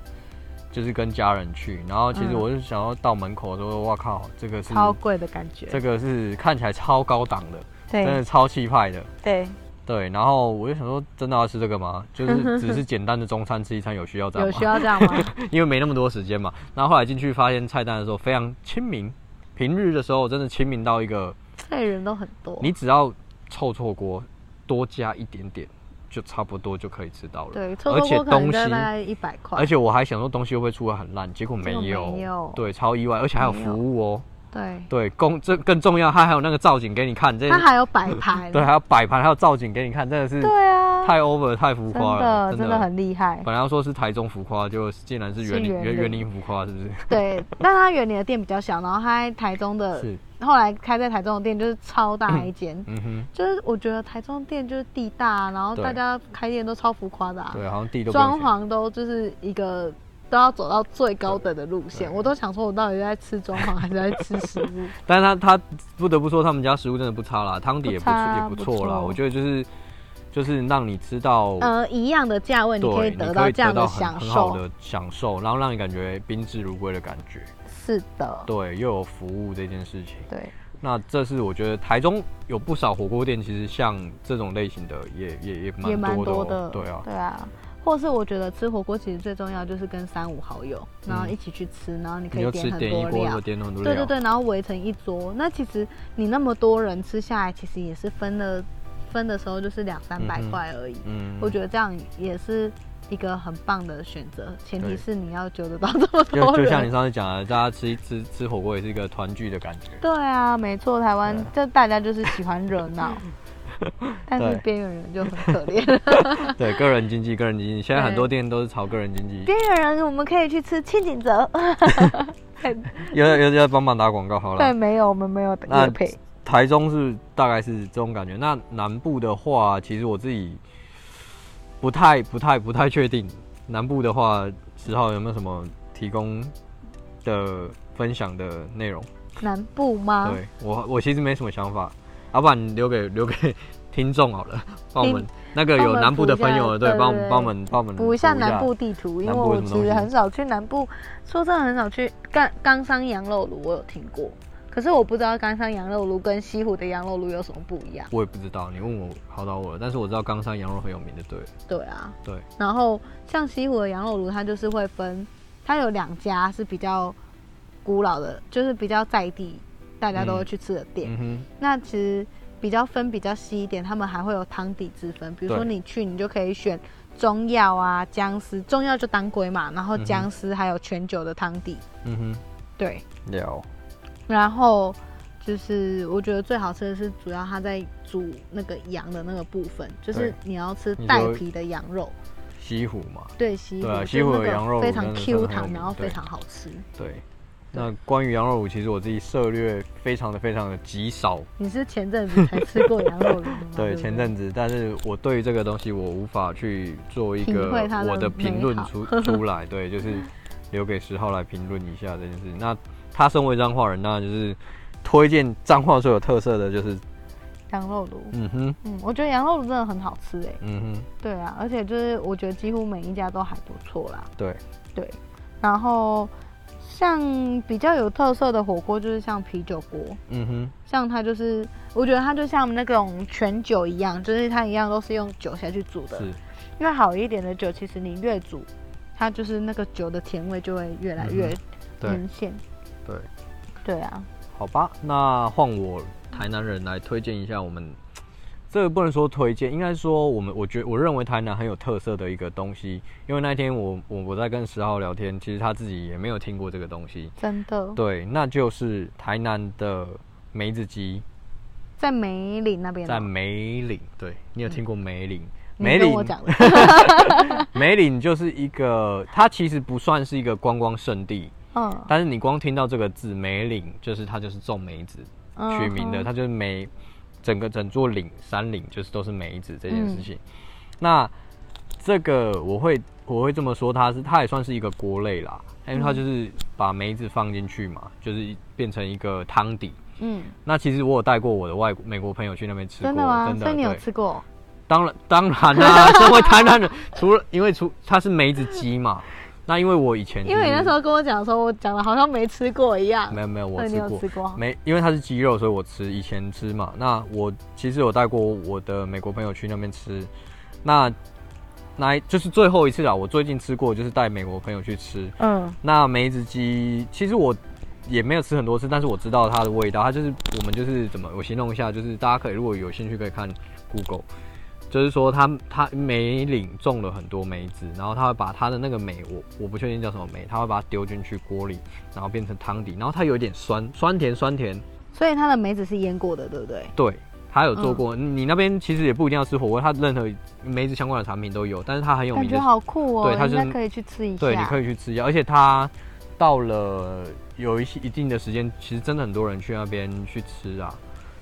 [SPEAKER 2] 就是跟家人去，然后其实
[SPEAKER 1] 嗯
[SPEAKER 2] 我是想要到门口的时候，哇靠，这个是
[SPEAKER 1] 超贵的感觉，
[SPEAKER 2] 这个是看起来超高档的，真的
[SPEAKER 1] 对
[SPEAKER 2] 超气派的。
[SPEAKER 1] 对，
[SPEAKER 2] 对，然后我就想说，真的要吃这个吗？就是
[SPEAKER 1] [LAUGHS]
[SPEAKER 2] 只是简单的中餐吃一餐，有需要这样
[SPEAKER 1] 有
[SPEAKER 2] 吗？
[SPEAKER 1] 需要这样吗？
[SPEAKER 2] [LAUGHS] 因为没那么多时间嘛。然后后来进去发现菜单的时候非常亲民，平日的时候真的亲民到一个，
[SPEAKER 1] 这里人都很多，
[SPEAKER 2] 你只要臭臭锅多加一点点，就差不多就可以吃到了。
[SPEAKER 1] 对，臭
[SPEAKER 2] 而
[SPEAKER 1] 豆
[SPEAKER 2] 且
[SPEAKER 1] 锅可能
[SPEAKER 2] 东
[SPEAKER 1] 就
[SPEAKER 2] 西
[SPEAKER 1] 大概一百块，
[SPEAKER 2] 而且我还想说东西会不会出来很烂，结果没
[SPEAKER 1] 结
[SPEAKER 2] 有，
[SPEAKER 1] 果没有嗯
[SPEAKER 2] 对，超意外，而且还有服务哦、
[SPEAKER 1] 对，
[SPEAKER 2] 对，公这更重要，它还有那个造景给你看，这
[SPEAKER 1] 它还有摆盘，
[SPEAKER 2] 对，还有摆盘，还有造景给你看，真的是
[SPEAKER 1] 对啊，
[SPEAKER 2] 太 over 太浮
[SPEAKER 1] 真
[SPEAKER 2] 夸了，
[SPEAKER 1] 的真的很厉害。
[SPEAKER 2] 本来要说是台中浮夸，结果竟然是园林
[SPEAKER 1] 是园林
[SPEAKER 2] 园园林浮夸，是不是？
[SPEAKER 1] 对，但它园里的店比较小，然后它在台中的，
[SPEAKER 2] 是，
[SPEAKER 1] 后来开在台中的店就是超大一间，
[SPEAKER 2] 嗯哼，
[SPEAKER 1] 就是我觉得台中店就是地大啊，然后
[SPEAKER 2] 对
[SPEAKER 1] 大家开店都超浮夸的、啊，
[SPEAKER 2] 对，好像地都不用
[SPEAKER 1] 装潢都就是一个。都要走到最高等的路线，我都想说，我到底在吃装潢还是在吃食物？
[SPEAKER 2] 选，但是他他不得不说他们家食物真的不差啦，汤底也不
[SPEAKER 1] 不差
[SPEAKER 2] 错也不错啦，
[SPEAKER 1] 不错
[SPEAKER 2] 我觉得就是就是让你吃到。
[SPEAKER 1] 呃，一样的价位，你可
[SPEAKER 2] 对，
[SPEAKER 1] 以
[SPEAKER 2] 你可
[SPEAKER 1] 得
[SPEAKER 2] 以
[SPEAKER 1] 到这样
[SPEAKER 2] 得到
[SPEAKER 1] 的
[SPEAKER 2] 很
[SPEAKER 1] 享
[SPEAKER 2] 很好
[SPEAKER 1] 受。
[SPEAKER 2] 的享受，然后让你感觉宾至如归的感觉。
[SPEAKER 1] 是的，
[SPEAKER 2] 对，又有服务这件事情。
[SPEAKER 1] 对，
[SPEAKER 2] 那这是我觉得台中有不少火锅店，其实像这种类型的也也也
[SPEAKER 1] 也蛮
[SPEAKER 2] 蛮多的,、
[SPEAKER 1] 多
[SPEAKER 2] 哦
[SPEAKER 1] 的，
[SPEAKER 2] 对啊，
[SPEAKER 1] 对啊。或是我觉得吃火锅其实最重要就是跟三五好友，然后
[SPEAKER 2] 嗯
[SPEAKER 1] 一起去吃，然后你可
[SPEAKER 2] 你
[SPEAKER 1] 以
[SPEAKER 2] 就
[SPEAKER 1] 点
[SPEAKER 2] 吃
[SPEAKER 1] 很
[SPEAKER 2] 点一
[SPEAKER 1] 多
[SPEAKER 2] 锅
[SPEAKER 1] 料
[SPEAKER 2] 就，点很多料。
[SPEAKER 1] 对对对，然后围成一桌。那其实你那么多人吃下来，其实也是分了分的时候就是两三百
[SPEAKER 2] 嗯哼
[SPEAKER 1] 块而已。
[SPEAKER 2] 嗯，
[SPEAKER 1] 我觉得这样也是一个很棒的选择，前提
[SPEAKER 2] 对
[SPEAKER 1] 是你要揪得到这么
[SPEAKER 2] 就
[SPEAKER 1] 多人。
[SPEAKER 2] 就像你上次讲的，大家吃一吃吃火锅也是一个团聚的感觉。
[SPEAKER 1] 对啊，没错，台湾
[SPEAKER 2] 对
[SPEAKER 1] 就大家就是喜欢热
[SPEAKER 2] [LAUGHS]
[SPEAKER 1] 闹，但是
[SPEAKER 2] 对
[SPEAKER 1] 边缘人就很可怜。
[SPEAKER 2] 对，个人经济，个人经济，现在
[SPEAKER 1] 对
[SPEAKER 2] 很多店都是朝个人经济。
[SPEAKER 1] 边缘人我们可以去吃清景
[SPEAKER 2] [LAUGHS]
[SPEAKER 1] 泽，
[SPEAKER 2] 有有有要帮忙打广告好
[SPEAKER 1] 对，
[SPEAKER 2] 了。
[SPEAKER 1] 没有，我们没有
[SPEAKER 2] 那
[SPEAKER 1] 乐配。
[SPEAKER 2] 台中是大概是这种感觉。那南部的话，其实我自己不太、不太、不太确定。南部的话，十号有没有什么提供的分享的内容？
[SPEAKER 1] 南部吗？
[SPEAKER 2] 对我，我其实没什么想法，要不然留给留给听众好了，帮我们
[SPEAKER 1] 听
[SPEAKER 2] 那个
[SPEAKER 1] 帮我
[SPEAKER 2] 有
[SPEAKER 1] 们
[SPEAKER 2] 南部
[SPEAKER 1] 补
[SPEAKER 2] 的
[SPEAKER 1] 一下
[SPEAKER 2] 朋友，
[SPEAKER 1] 对
[SPEAKER 2] 对，
[SPEAKER 1] 对
[SPEAKER 2] 帮我们
[SPEAKER 1] 对
[SPEAKER 2] 帮我们帮我们
[SPEAKER 1] 补一下南部地图，因为
[SPEAKER 2] 南部有
[SPEAKER 1] 我
[SPEAKER 2] 什么
[SPEAKER 1] 其
[SPEAKER 2] 东
[SPEAKER 1] 实
[SPEAKER 2] 西
[SPEAKER 1] 很少去南部。说真的，很少去冈冈山羊肉炉，我有听过，可是我不知道冈山羊肉炉跟西湖的羊肉炉有什么不一样。
[SPEAKER 2] 我也不知道，你问我考到我了，但是我知道冈山羊肉很有名的，对了，
[SPEAKER 1] 对啊，
[SPEAKER 2] 对。
[SPEAKER 1] 然后像西湖的羊肉炉，它就是会分，它有两家是比较古老的，就是比较在地，大家都会去吃的店。
[SPEAKER 2] 嗯哼，
[SPEAKER 1] 那其实比较分比较细一点，他们还会有汤底之分。比如说
[SPEAKER 2] 对
[SPEAKER 1] 你去，你就可以选中药啊、姜丝，中药就当归嘛，然后
[SPEAKER 2] 嗯哼
[SPEAKER 1] 姜丝还有全酒的汤底。
[SPEAKER 2] 嗯
[SPEAKER 1] 对，
[SPEAKER 2] 哼，聊，
[SPEAKER 1] 然后就是我觉得最好吃的是主要它在煮那个羊的那个部分，就是
[SPEAKER 2] 对
[SPEAKER 1] 你要吃
[SPEAKER 2] 你说
[SPEAKER 1] 带皮的羊肉，
[SPEAKER 2] 西湖嘛，
[SPEAKER 1] 对西湖，
[SPEAKER 2] 对啊
[SPEAKER 1] 就是
[SPEAKER 2] 西湖的
[SPEAKER 1] 那个
[SPEAKER 2] 羊肉
[SPEAKER 1] 非
[SPEAKER 2] 真
[SPEAKER 1] 常 Q
[SPEAKER 2] 的很有
[SPEAKER 1] 弹，
[SPEAKER 2] 名
[SPEAKER 1] 然后非
[SPEAKER 2] 对
[SPEAKER 1] 常好吃。
[SPEAKER 2] 对。那关于羊肉炉，其实我自己涉略非常的非常的极少，
[SPEAKER 1] 你是前阵子才吃过羊肉炉吗？
[SPEAKER 2] 啊 [LAUGHS] 对
[SPEAKER 1] 不
[SPEAKER 2] 前阵子，但是我对于这个东西我无法去做一
[SPEAKER 1] 品
[SPEAKER 2] 个
[SPEAKER 1] 味它的
[SPEAKER 2] 我的评论
[SPEAKER 1] 美好
[SPEAKER 2] 出 [LAUGHS] 出来，对，就是留给十号来评论一下这件事。那他身为彰化人，那就是推荐彰化最有特色的就是，
[SPEAKER 1] 羊肉炉，
[SPEAKER 2] 嗯哼，
[SPEAKER 1] 嗯，我觉得羊肉炉真的很好吃哎、
[SPEAKER 2] 嗯哼，
[SPEAKER 1] 对啊，而且就是我觉得几乎每一家都还不错啦。
[SPEAKER 2] 对，
[SPEAKER 1] 对，然后像比较有特色的火锅就是像啤酒锅，
[SPEAKER 2] 嗯哼，
[SPEAKER 1] 像它就是我觉得它就像那种全酒一样，就是它一样都是用酒下去煮的。
[SPEAKER 2] 是，
[SPEAKER 1] 因为好一点的酒，其实你越煮，它就是那个酒的甜味就会越来越
[SPEAKER 2] 嗯对、
[SPEAKER 1] 明显。
[SPEAKER 2] 对，
[SPEAKER 1] 对啊，
[SPEAKER 2] 好吧，那换我台南人来推荐一下我们，这个不能说推荐，应该说我们我觉我认为台南很有特色的一个东西，因为那天我我我在跟十号聊天，其实他自己也没有听过这个东西，
[SPEAKER 1] 真的，
[SPEAKER 2] 对，那就是台南的梅子鸡，
[SPEAKER 1] 在梅岭那边吗，哦
[SPEAKER 2] 在梅岭，对你有听过梅岭？
[SPEAKER 1] 嗯你
[SPEAKER 2] 梅
[SPEAKER 1] 跟
[SPEAKER 2] 岭
[SPEAKER 1] 我讲的，
[SPEAKER 2] [LAUGHS] 梅岭就是一个，它其实不算是一个观光胜地，
[SPEAKER 1] 嗯
[SPEAKER 2] 但是你光听到这个字梅岭，就是它就是种梅子，
[SPEAKER 1] 嗯，
[SPEAKER 2] 取名的，
[SPEAKER 1] 嗯
[SPEAKER 2] 它就是梅，整个整座岭山岭就是都是梅子这件事情。
[SPEAKER 1] 嗯
[SPEAKER 2] 那这个我会我会这么说，它是它也算是一个锅类啦，因为它
[SPEAKER 1] 嗯
[SPEAKER 2] 就是把梅子放进去嘛，就是变成一个汤底。
[SPEAKER 1] 嗯，
[SPEAKER 2] 那其实我有带过我的外国美国朋友去那边吃过，
[SPEAKER 1] 真的吗？
[SPEAKER 2] 真的
[SPEAKER 1] 所以你有
[SPEAKER 2] 对
[SPEAKER 1] 吃过？
[SPEAKER 2] 当然当然啦、 [LAUGHS] 身为台南人，除了因为除它是梅子鸡嘛，那因为我以前
[SPEAKER 1] 因为你
[SPEAKER 2] 就是
[SPEAKER 1] 那时候跟我讲的时候，我讲的好像没吃过一样。
[SPEAKER 2] 没有没有，我
[SPEAKER 1] 呃你
[SPEAKER 2] 吃
[SPEAKER 1] 有
[SPEAKER 2] 过，
[SPEAKER 1] 吃过
[SPEAKER 2] 没，因为它是鸡肉，所以我吃。以前吃嘛，那我其实有带过我的美国朋友去那边吃，那那一就是最后一次啦。我最近吃过，就是带美国朋友去吃。
[SPEAKER 1] 嗯
[SPEAKER 2] 那梅子鸡其实我也没有吃很多次，但是我知道它的味道。它就是我们就是怎么我形容一下，就是大家可以如果有兴趣可以看 Google，就是说它它梅岭种了很多梅子，然后它会把它的那个梅，我我不确定叫什么梅，它会把它丢进去锅里，然后变成汤底，然后它有点酸酸甜酸甜，，
[SPEAKER 1] 所以它的梅子是腌过的，对不对？
[SPEAKER 2] 对。它有做过，你那边其实也不一定要吃火锅，它任何梅子相关的产品都有，但是它很有
[SPEAKER 1] 感
[SPEAKER 2] 名
[SPEAKER 1] 觉
[SPEAKER 2] 的
[SPEAKER 1] 好酷哦，
[SPEAKER 2] 对它
[SPEAKER 1] 应该
[SPEAKER 2] 是
[SPEAKER 1] 可以去吃一下。
[SPEAKER 2] 对，你可
[SPEAKER 1] 以。
[SPEAKER 2] 以去吃一下，而且它到了有一些一定的时间，其实真的很多人去那边去吃啊。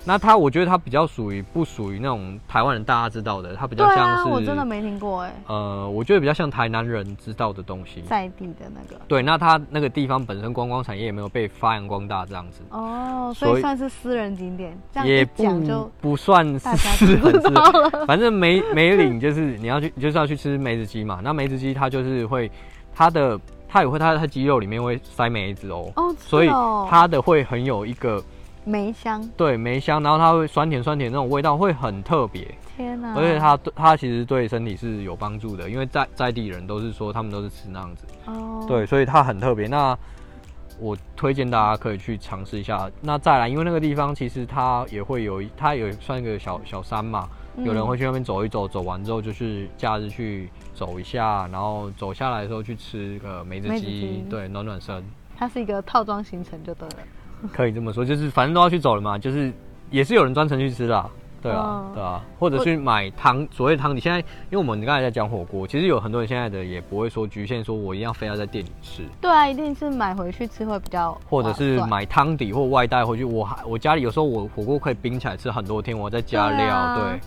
[SPEAKER 2] 那它，我觉得它比较属于不属于那种台湾人大家知道的，它比
[SPEAKER 1] 对
[SPEAKER 2] 较像
[SPEAKER 1] 啊，
[SPEAKER 2] 是
[SPEAKER 1] 我真的没听过哎，
[SPEAKER 2] 呃，我觉得比较像台南人知道的东西。
[SPEAKER 1] 在地的那个。
[SPEAKER 2] 对，那它那个地方本身观光产业也没有被发扬光大这样子，
[SPEAKER 1] 哦，
[SPEAKER 2] 所以
[SPEAKER 1] 所以算是私人景点，这样
[SPEAKER 2] 也
[SPEAKER 1] 一
[SPEAKER 2] 不
[SPEAKER 1] 讲就
[SPEAKER 2] 不算是
[SPEAKER 1] 大家知
[SPEAKER 2] 很
[SPEAKER 1] 道了。
[SPEAKER 2] 反正梅梅岭就是 [LAUGHS] 你要去，你就是要去吃梅子鸡嘛。那梅子鸡它就是会，它的它也会它它鸡肉里面会塞梅子哦，
[SPEAKER 1] 哦是
[SPEAKER 2] 所以
[SPEAKER 1] 哦
[SPEAKER 2] 它的会很有一个
[SPEAKER 1] 梅香，
[SPEAKER 2] 对梅香，然后它会酸甜酸甜那种味道会很特别，
[SPEAKER 1] 天啊哪！
[SPEAKER 2] 而且它它其实对身体是有帮助的，因为在在地人都是说他们都是吃那样子，
[SPEAKER 1] 哦，
[SPEAKER 2] 对，所以它很特别。那我推荐大家可以去尝试一下。那再来，因为那个地方其实它也会有一，它有算一个小小山嘛，
[SPEAKER 1] 嗯
[SPEAKER 2] 有人会去那边走一走，走完之后就是假日去走一下，然后走下来的时候去吃个梅子
[SPEAKER 1] 梅子
[SPEAKER 2] 鸡
[SPEAKER 1] 鸡，
[SPEAKER 2] 对，暖暖身，
[SPEAKER 1] 它是一个套装行程就对了。
[SPEAKER 2] 可以这么说，就是反正都要去走了嘛，就是也是有人专程去吃啦。对啊，
[SPEAKER 1] 嗯
[SPEAKER 2] 对啊，或者去买汤，所谓汤底。现在，因为我们刚才在讲火锅，其实有很多人现在的也不会说局限，说我一定要非要在店里吃，
[SPEAKER 1] 对啊，一定是买回去吃会比较
[SPEAKER 2] 或者
[SPEAKER 1] 划
[SPEAKER 2] 是
[SPEAKER 1] 算
[SPEAKER 2] 买汤底或外带回去。我还我家里有时候我火锅可以冰起来吃很多天，我再加
[SPEAKER 1] 对
[SPEAKER 2] 料，
[SPEAKER 1] 啊
[SPEAKER 2] 对，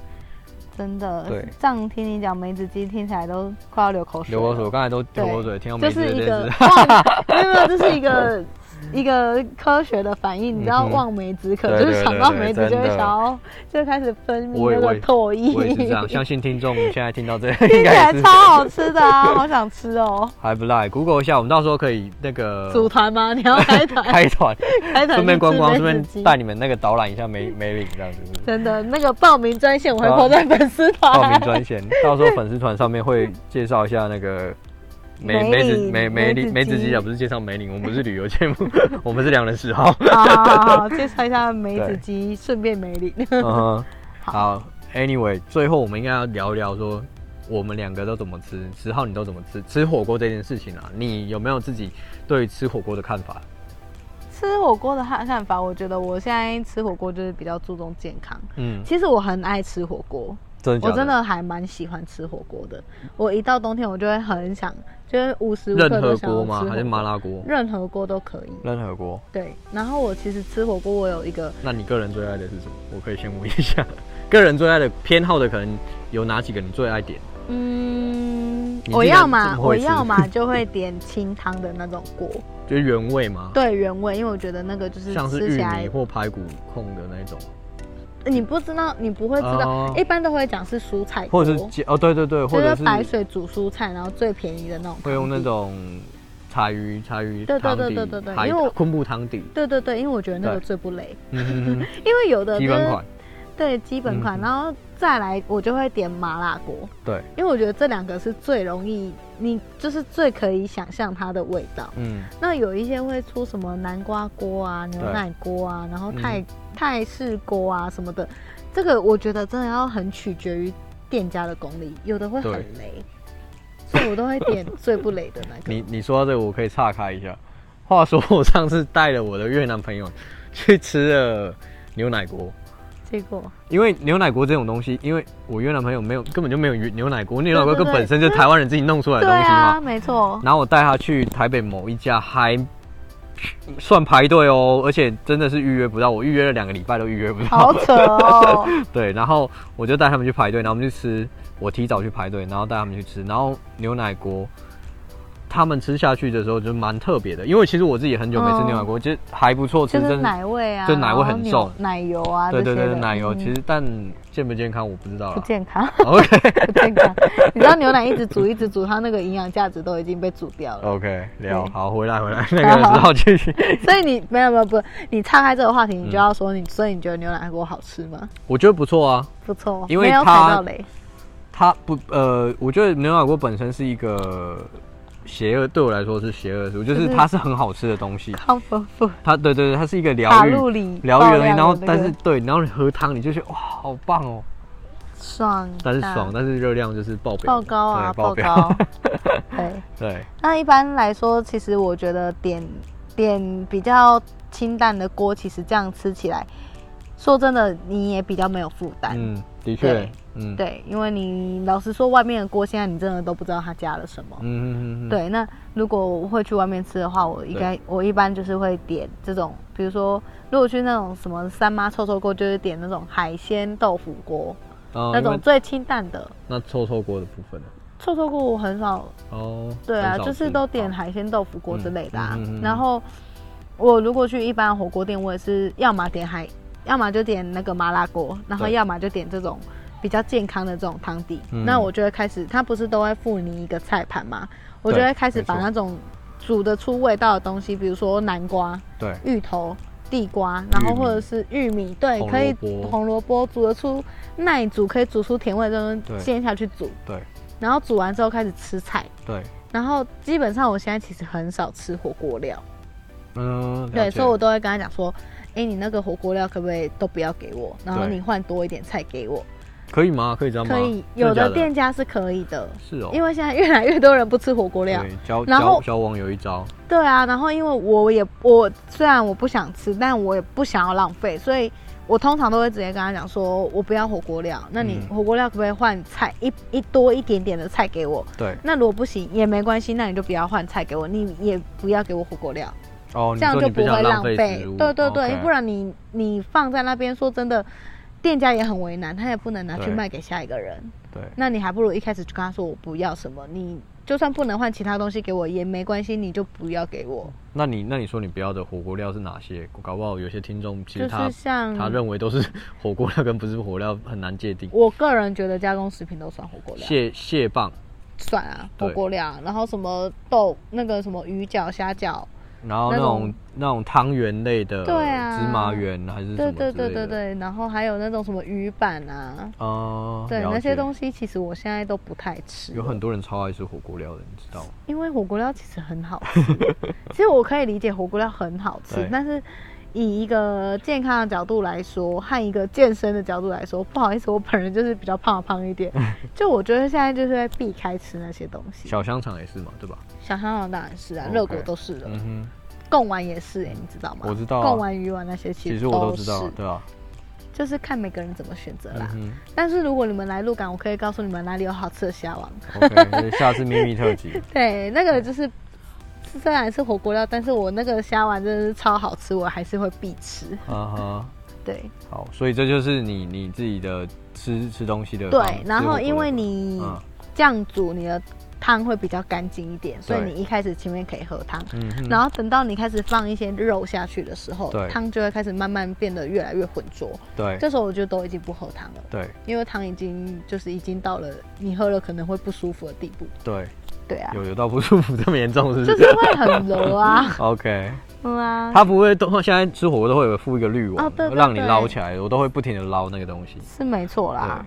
[SPEAKER 1] 真的，
[SPEAKER 2] 对
[SPEAKER 1] 这样听你讲梅子鸡，听起来都快要流口水
[SPEAKER 2] 流
[SPEAKER 1] 了。
[SPEAKER 2] 口水，我刚才都
[SPEAKER 1] 对，
[SPEAKER 2] 流口水，听到
[SPEAKER 1] 就
[SPEAKER 2] 梅子
[SPEAKER 1] 是一
[SPEAKER 2] 这
[SPEAKER 1] 个
[SPEAKER 2] 件事
[SPEAKER 1] 望，没有没有，这是一个一个科学的反应，你知道
[SPEAKER 2] 嗯哼
[SPEAKER 1] 望梅止渴，
[SPEAKER 2] 对
[SPEAKER 1] 就
[SPEAKER 2] 对
[SPEAKER 1] 是想
[SPEAKER 2] 对
[SPEAKER 1] 到
[SPEAKER 2] 对
[SPEAKER 1] 梅子
[SPEAKER 2] 真
[SPEAKER 1] 就会
[SPEAKER 2] 的
[SPEAKER 1] 想要就开始分
[SPEAKER 2] 我
[SPEAKER 1] 泌
[SPEAKER 2] 也
[SPEAKER 1] 那
[SPEAKER 2] 我
[SPEAKER 1] 个
[SPEAKER 2] 也
[SPEAKER 1] 唾液，
[SPEAKER 2] [LAUGHS] 我也是这样，相信听众现在听到这个
[SPEAKER 1] 听
[SPEAKER 2] 应
[SPEAKER 1] 起
[SPEAKER 2] 该
[SPEAKER 1] 来
[SPEAKER 2] 也是
[SPEAKER 1] 超好吃的啊，好想吃
[SPEAKER 2] [LAUGHS]
[SPEAKER 1] 哦！
[SPEAKER 2] 还不赖。Google 一下，我们到时候可以那个
[SPEAKER 1] 组团吗？你要开
[SPEAKER 2] [LAUGHS]
[SPEAKER 1] 团？
[SPEAKER 2] 开团，
[SPEAKER 1] 开团
[SPEAKER 2] [LAUGHS] 顺便观光，
[SPEAKER 1] 去吃
[SPEAKER 2] 顺
[SPEAKER 1] 梅子
[SPEAKER 2] 便
[SPEAKER 1] 鸡
[SPEAKER 2] 带你们那个导览一下梅 [LAUGHS] 梅岭这样子。
[SPEAKER 1] 真的那个报名专线我会
[SPEAKER 2] 好
[SPEAKER 1] 抛在粉丝团。
[SPEAKER 2] 报名专线，到时候粉丝团上面会介绍一下那个梅
[SPEAKER 1] 梅
[SPEAKER 2] 梅
[SPEAKER 1] 里
[SPEAKER 2] 子梅梅
[SPEAKER 1] 梅子
[SPEAKER 2] 里梅子
[SPEAKER 1] 鸡
[SPEAKER 2] 鸡啊，不是介绍梅岭，我们不是旅游节
[SPEAKER 1] [LAUGHS]
[SPEAKER 2] 目，我们是良人嗜好。
[SPEAKER 1] 好好好好，介绍一下梅子
[SPEAKER 2] 对
[SPEAKER 1] 鸡，顺便梅里。
[SPEAKER 2] 嗯哼， [LAUGHS] 好，Anyway，最后我们应该要聊一聊说。我们两个都怎么吃？十号你都怎么吃？吃火锅这件事情啊，你有没有自己对于吃火锅的看法？
[SPEAKER 1] 吃火锅的看看法，我觉得我现在吃火锅就是比较注重健康。
[SPEAKER 2] 嗯，
[SPEAKER 1] 其实我很爱吃火锅，
[SPEAKER 2] 真的假
[SPEAKER 1] 我真的还蛮喜欢吃火锅的。我一到冬天，我就会很想，就是无时无刻都
[SPEAKER 2] 任何
[SPEAKER 1] 想要
[SPEAKER 2] 锅
[SPEAKER 1] 吃火
[SPEAKER 2] 吗？
[SPEAKER 1] 锅
[SPEAKER 2] 还是麻？辣锅？
[SPEAKER 1] 任何锅都可以。
[SPEAKER 2] 任何锅。
[SPEAKER 1] 对，然后我其实吃火锅，我有一个
[SPEAKER 2] 那你个人最爱的是什么？我可以先问一下， [LAUGHS] 个人最爱的偏好的可能有哪几个？你最爱点？
[SPEAKER 1] 嗯，
[SPEAKER 2] 你
[SPEAKER 1] 我
[SPEAKER 2] 竟然
[SPEAKER 1] 要嘛
[SPEAKER 2] 这么
[SPEAKER 1] 我
[SPEAKER 2] 会吃
[SPEAKER 1] 要嘛就会点清汤的那种锅，
[SPEAKER 2] 就是原味吗？
[SPEAKER 1] 对原味，因为我觉得那个就是
[SPEAKER 2] 像是
[SPEAKER 1] 吃起
[SPEAKER 2] 玉
[SPEAKER 1] 来哦
[SPEAKER 2] 米或排骨控的那一种，
[SPEAKER 1] 你不知道，你不会知道，
[SPEAKER 2] 哦
[SPEAKER 1] 一般都会讲是蔬菜锅，
[SPEAKER 2] 或者是煎哦，对对对，或
[SPEAKER 1] 就
[SPEAKER 2] 者
[SPEAKER 1] 是
[SPEAKER 2] 是
[SPEAKER 1] 白水煮蔬菜，然后最便宜的那种汤底。
[SPEAKER 2] 会用那种柴鱼柴鱼
[SPEAKER 1] 对对
[SPEAKER 2] 汤底，
[SPEAKER 1] 对对对对
[SPEAKER 2] 还
[SPEAKER 1] 因为我
[SPEAKER 2] 昆布汤底，
[SPEAKER 1] 对对对，因为我觉得那个
[SPEAKER 2] 对
[SPEAKER 1] 最不累，[LAUGHS]
[SPEAKER 2] 嗯哼
[SPEAKER 1] 因为有的
[SPEAKER 2] 哼，基
[SPEAKER 1] 就是
[SPEAKER 2] 本款，
[SPEAKER 1] 对基本款，
[SPEAKER 2] 嗯
[SPEAKER 1] 然后再来我就会点麻辣锅，
[SPEAKER 2] 对，
[SPEAKER 1] 因为我觉得这两个是最容易，你就是最可以想象它的味道。
[SPEAKER 2] 嗯，
[SPEAKER 1] 那有一些会出什么南瓜锅啊、牛奶锅啊，然后泰、
[SPEAKER 2] 嗯
[SPEAKER 1] 泰式锅啊什么的，这个我觉得真的要很取决于店家的功力，有的会很
[SPEAKER 2] 对
[SPEAKER 1] 雷，所以我都会点最不雷的那
[SPEAKER 2] [LAUGHS]
[SPEAKER 1] 个。
[SPEAKER 2] 你你说到这个，我可以岔开一下。 [LAUGHS] 话说我上次带了我的越南朋友去吃了牛奶锅，
[SPEAKER 1] 结果
[SPEAKER 2] 因为牛奶锅这种东西，因为我越南朋友没有根本就没有牛奶锅，牛奶锅
[SPEAKER 1] 对对
[SPEAKER 2] 跟
[SPEAKER 1] 对
[SPEAKER 2] 本身就台湾人自己弄出来的
[SPEAKER 1] 对
[SPEAKER 2] 东西嘛。
[SPEAKER 1] 啊，没
[SPEAKER 2] [LAUGHS]
[SPEAKER 1] 错，
[SPEAKER 2] 然后我带他去台北某一家，还算排队哦，而且真的是预约不到，我预约了两个礼拜都预约不
[SPEAKER 1] [LAUGHS]
[SPEAKER 2] 到。
[SPEAKER 1] 好扯哦。
[SPEAKER 2] 对，然后我就带他们去排队，然后我们去吃，我提早去排队，然后带他们去吃，然后牛奶锅。他们吃下去的时候就蛮特别的，因为其实我自己很久没吃牛奶锅，其实还不错吃，
[SPEAKER 1] 就
[SPEAKER 2] 真
[SPEAKER 1] 是
[SPEAKER 2] 的
[SPEAKER 1] 奶味啊，
[SPEAKER 2] 就奶味很
[SPEAKER 1] 然后
[SPEAKER 2] 重
[SPEAKER 1] 牛奶油啊，
[SPEAKER 2] 对
[SPEAKER 1] 这
[SPEAKER 2] 对
[SPEAKER 1] 些
[SPEAKER 2] 对
[SPEAKER 1] 的
[SPEAKER 2] 对，奶油、
[SPEAKER 1] 嗯
[SPEAKER 2] 其实但健不健康我不知道
[SPEAKER 1] 不 [LAUGHS]
[SPEAKER 2] 了。
[SPEAKER 1] 健康，
[SPEAKER 2] OK
[SPEAKER 1] 不健康。你知道牛奶一直煮一直煮，它那个营养价值都已经被煮掉了。
[SPEAKER 2] OK，聊
[SPEAKER 1] 对
[SPEAKER 2] 好回来回
[SPEAKER 1] [LAUGHS]
[SPEAKER 2] 来，那个时候继续。
[SPEAKER 1] 所以你没有没有不，你岔开这个话题，
[SPEAKER 2] 嗯
[SPEAKER 1] 你就要说你，所以你觉得牛奶锅好吃吗？
[SPEAKER 2] 我觉得不错啊，
[SPEAKER 1] 不错，哦
[SPEAKER 2] 因为
[SPEAKER 1] 没有踩
[SPEAKER 2] 它
[SPEAKER 1] 到雷，
[SPEAKER 2] 它不呃，我觉得牛奶锅本身是一个邪恶，对我来说是邪恶的食物，就
[SPEAKER 1] 就是是
[SPEAKER 2] 它是很好吃的东西。
[SPEAKER 1] 康夫妇
[SPEAKER 2] 它对对对，它是一个疗
[SPEAKER 1] 卡
[SPEAKER 2] 愈
[SPEAKER 1] 路里
[SPEAKER 2] 疗愈的东
[SPEAKER 1] 爆
[SPEAKER 2] 西。
[SPEAKER 1] 量的
[SPEAKER 2] 然后
[SPEAKER 1] 那个
[SPEAKER 2] 但是对，然后你喝汤，你就觉得哇，好棒哦，
[SPEAKER 1] 爽，
[SPEAKER 2] 但是爽，但是热量就是爆表，
[SPEAKER 1] 嗯 [LAUGHS] 爆高啊，
[SPEAKER 2] 对爆
[SPEAKER 1] 爆
[SPEAKER 2] 表。
[SPEAKER 1] 高。 [LAUGHS] 对，
[SPEAKER 2] 对，
[SPEAKER 1] 那一般来说，其实我觉得点点比较清淡的锅，其实这样吃起来，说真的，你也比较没有负担。
[SPEAKER 2] 嗯，的
[SPEAKER 1] 哎对
[SPEAKER 2] 确，嗯，
[SPEAKER 1] 对，因为你老实说，外面的锅现在你真的都不知道它加了什么。
[SPEAKER 2] 嗯，嗯嗯嗯，
[SPEAKER 1] 对，那如果我会去外面吃的话，我应该我一般就是会点这种，比如说如果去那种什么三妈臭臭锅，就是点那种海鲜豆腐锅，
[SPEAKER 2] 哦
[SPEAKER 1] 那
[SPEAKER 2] 因为
[SPEAKER 1] 种最清淡的。
[SPEAKER 2] 那臭臭锅的部分呢？啊
[SPEAKER 1] 臭臭锅我很少，
[SPEAKER 2] 哦，
[SPEAKER 1] 对啊，
[SPEAKER 2] 很少
[SPEAKER 1] 就是
[SPEAKER 2] 吃
[SPEAKER 1] 都点
[SPEAKER 2] 好
[SPEAKER 1] 海鲜豆腐锅之类的、啊。
[SPEAKER 2] 嗯嗯嗯嗯
[SPEAKER 1] 然后我如果去一般火锅店，我也是要么点海，要么就点那个麻辣锅，然后
[SPEAKER 2] 对
[SPEAKER 1] 要么就点这种比较健康的这种汤底。
[SPEAKER 2] 嗯
[SPEAKER 1] 那我就会开始，它不是都会附你一个菜盘嘛，我就
[SPEAKER 2] 对
[SPEAKER 1] 会开始
[SPEAKER 2] 没错
[SPEAKER 1] 把那种煮得出味道的东西，比如说南瓜、
[SPEAKER 2] 对，
[SPEAKER 1] 芋头。地瓜，然后
[SPEAKER 2] 玉米
[SPEAKER 1] 或者是玉米，对，
[SPEAKER 2] 红
[SPEAKER 1] 可以
[SPEAKER 2] 萝卜
[SPEAKER 1] 红萝卜煮得出耐煮，可以煮出甜味的东西，
[SPEAKER 2] 对
[SPEAKER 1] 煎下去煮，
[SPEAKER 2] 对
[SPEAKER 1] 然后煮完之后开始吃菜，
[SPEAKER 2] 对，
[SPEAKER 1] 然后基本上我现在其实很少吃火锅料，
[SPEAKER 2] 嗯，
[SPEAKER 1] 对，
[SPEAKER 2] 了
[SPEAKER 1] 所以我
[SPEAKER 2] 解
[SPEAKER 1] 都会跟他讲说，哎、你那个火锅料可不可以都不要给我，然后
[SPEAKER 2] 对
[SPEAKER 1] 你换多一点菜给我，
[SPEAKER 2] 可以吗？可以这样吗？
[SPEAKER 1] 可以，
[SPEAKER 2] 啊
[SPEAKER 1] 有
[SPEAKER 2] 真的假
[SPEAKER 1] 的
[SPEAKER 2] 的
[SPEAKER 1] 店家是可以的，
[SPEAKER 2] 是哦，
[SPEAKER 1] 因为现在越来越多人不吃火锅料，
[SPEAKER 2] 对，教
[SPEAKER 1] 然后
[SPEAKER 2] 教教网友一招，
[SPEAKER 1] 对啊，然后因为我也我虽然我不想吃，但我也不想要浪费，所以我通常都会直接跟他讲说，我不要火锅料，那你
[SPEAKER 2] 嗯
[SPEAKER 1] 火锅料可不可以换菜一一多一点点的菜给我？
[SPEAKER 2] 对，
[SPEAKER 1] 那如果不行也没关系，那你就不要换菜给我，你也不要给我火锅料。
[SPEAKER 2] 哦，你
[SPEAKER 1] 这样
[SPEAKER 2] 说
[SPEAKER 1] 就
[SPEAKER 2] 你
[SPEAKER 1] 不会
[SPEAKER 2] 想
[SPEAKER 1] 浪
[SPEAKER 2] 费
[SPEAKER 1] 费
[SPEAKER 2] 食物，
[SPEAKER 1] 对对对，
[SPEAKER 2] OK
[SPEAKER 1] 不然你你放在那边，说真的，店家也很为难，他也不能拿去
[SPEAKER 2] 对
[SPEAKER 1] 卖给下一个人。
[SPEAKER 2] 对，
[SPEAKER 1] 那你还不如一开始就跟他说我不要什么，你就算不能换其他东西给我也没关系，你就不要给我。
[SPEAKER 2] 那你那你说你不要的火锅料是哪些？搞不好有些听众其
[SPEAKER 1] 就
[SPEAKER 2] 实他
[SPEAKER 1] 是像
[SPEAKER 2] 他认为都是 [LAUGHS] 火锅料跟不是火锅料很难界定。
[SPEAKER 1] 我个人觉得加工食品都算火锅料，
[SPEAKER 2] 蟹蟹棒，
[SPEAKER 1] 算啊火
[SPEAKER 2] 对
[SPEAKER 1] 锅料啊。然后什么豆那个什么鱼饺、虾饺，
[SPEAKER 2] 然后
[SPEAKER 1] 那
[SPEAKER 2] 那
[SPEAKER 1] 种
[SPEAKER 2] 种那种汤圆类的，
[SPEAKER 1] 对啊
[SPEAKER 2] 芝麻圆还是什
[SPEAKER 1] 对
[SPEAKER 2] 么之
[SPEAKER 1] 对
[SPEAKER 2] 类的，
[SPEAKER 1] 对对对，然后还有那种什么鱼板啊，
[SPEAKER 2] 哦，
[SPEAKER 1] 对那些东
[SPEAKER 2] 西
[SPEAKER 1] 西其实我现在都不太吃
[SPEAKER 2] 有，很多人超爱吃火锅料的，你知道吗？
[SPEAKER 1] 因为火锅料其实很好
[SPEAKER 2] [LAUGHS]
[SPEAKER 1] 吃。其实我可以理解火锅料很好吃
[SPEAKER 2] 对，
[SPEAKER 1] 但是。以一个健康的角度来说，和一个健身的角度来说，不好意思，我本人就是比较胖胖一
[SPEAKER 2] [LAUGHS]
[SPEAKER 1] 点，就我觉得现在就是在避开吃那些东西。
[SPEAKER 2] 小香肠也是嘛，对吧？
[SPEAKER 1] 小香肠当然是啊，
[SPEAKER 2] OK
[SPEAKER 1] 热狗都是了，
[SPEAKER 2] 嗯哼，
[SPEAKER 1] 贡丸也是哎、你知道吗？
[SPEAKER 2] 我知道啊
[SPEAKER 1] 贡丸、鱼丸那些其
[SPEAKER 2] 其
[SPEAKER 1] 实
[SPEAKER 2] 实我都知道
[SPEAKER 1] 是，
[SPEAKER 2] 对啊，
[SPEAKER 1] 就是看每个人怎么选择啦
[SPEAKER 2] 嗯。哼
[SPEAKER 1] 但是如果你们来鹿港，我可以告诉你们哪里有好吃的虾王。
[SPEAKER 2] ，OK，那 [LAUGHS] 下次秘密特辑，
[SPEAKER 1] 对，那个就是虽然是火锅料，但是我那个虾丸真的是超好吃，我还是会必吃。
[SPEAKER 2] 啊哈，
[SPEAKER 1] 对
[SPEAKER 2] 好，所以这就是你你自己的吃吃东西的方
[SPEAKER 1] 对，然后因为你
[SPEAKER 2] 嗯
[SPEAKER 1] 这样煮，你的汤会比较干净一点，所以
[SPEAKER 2] 对
[SPEAKER 1] 你一开始前面可以喝汤。
[SPEAKER 2] 嗯哼，
[SPEAKER 1] 然后等到你开始放一些肉下去的时候
[SPEAKER 2] 对，
[SPEAKER 1] 汤就会开始慢慢变得越来越浑浊。
[SPEAKER 2] 对
[SPEAKER 1] 这时候我就都已经不喝汤了，
[SPEAKER 2] 对
[SPEAKER 1] 因为汤已经就是已经到了你喝了可能会不舒服的地步。
[SPEAKER 2] 对，
[SPEAKER 1] 对啊，
[SPEAKER 2] 有有到不舒服这么严重是不
[SPEAKER 1] 就是是会很柔啊， [LAUGHS]
[SPEAKER 2] ？OK，
[SPEAKER 1] 嗯
[SPEAKER 2] [LAUGHS]
[SPEAKER 1] 啊，
[SPEAKER 2] 它不会都现在吃火锅都会有附一个滤网，
[SPEAKER 1] 哦对对
[SPEAKER 2] 让你
[SPEAKER 1] 对
[SPEAKER 2] 捞起来，我都会不停的捞那个东西。
[SPEAKER 1] 是没错啦，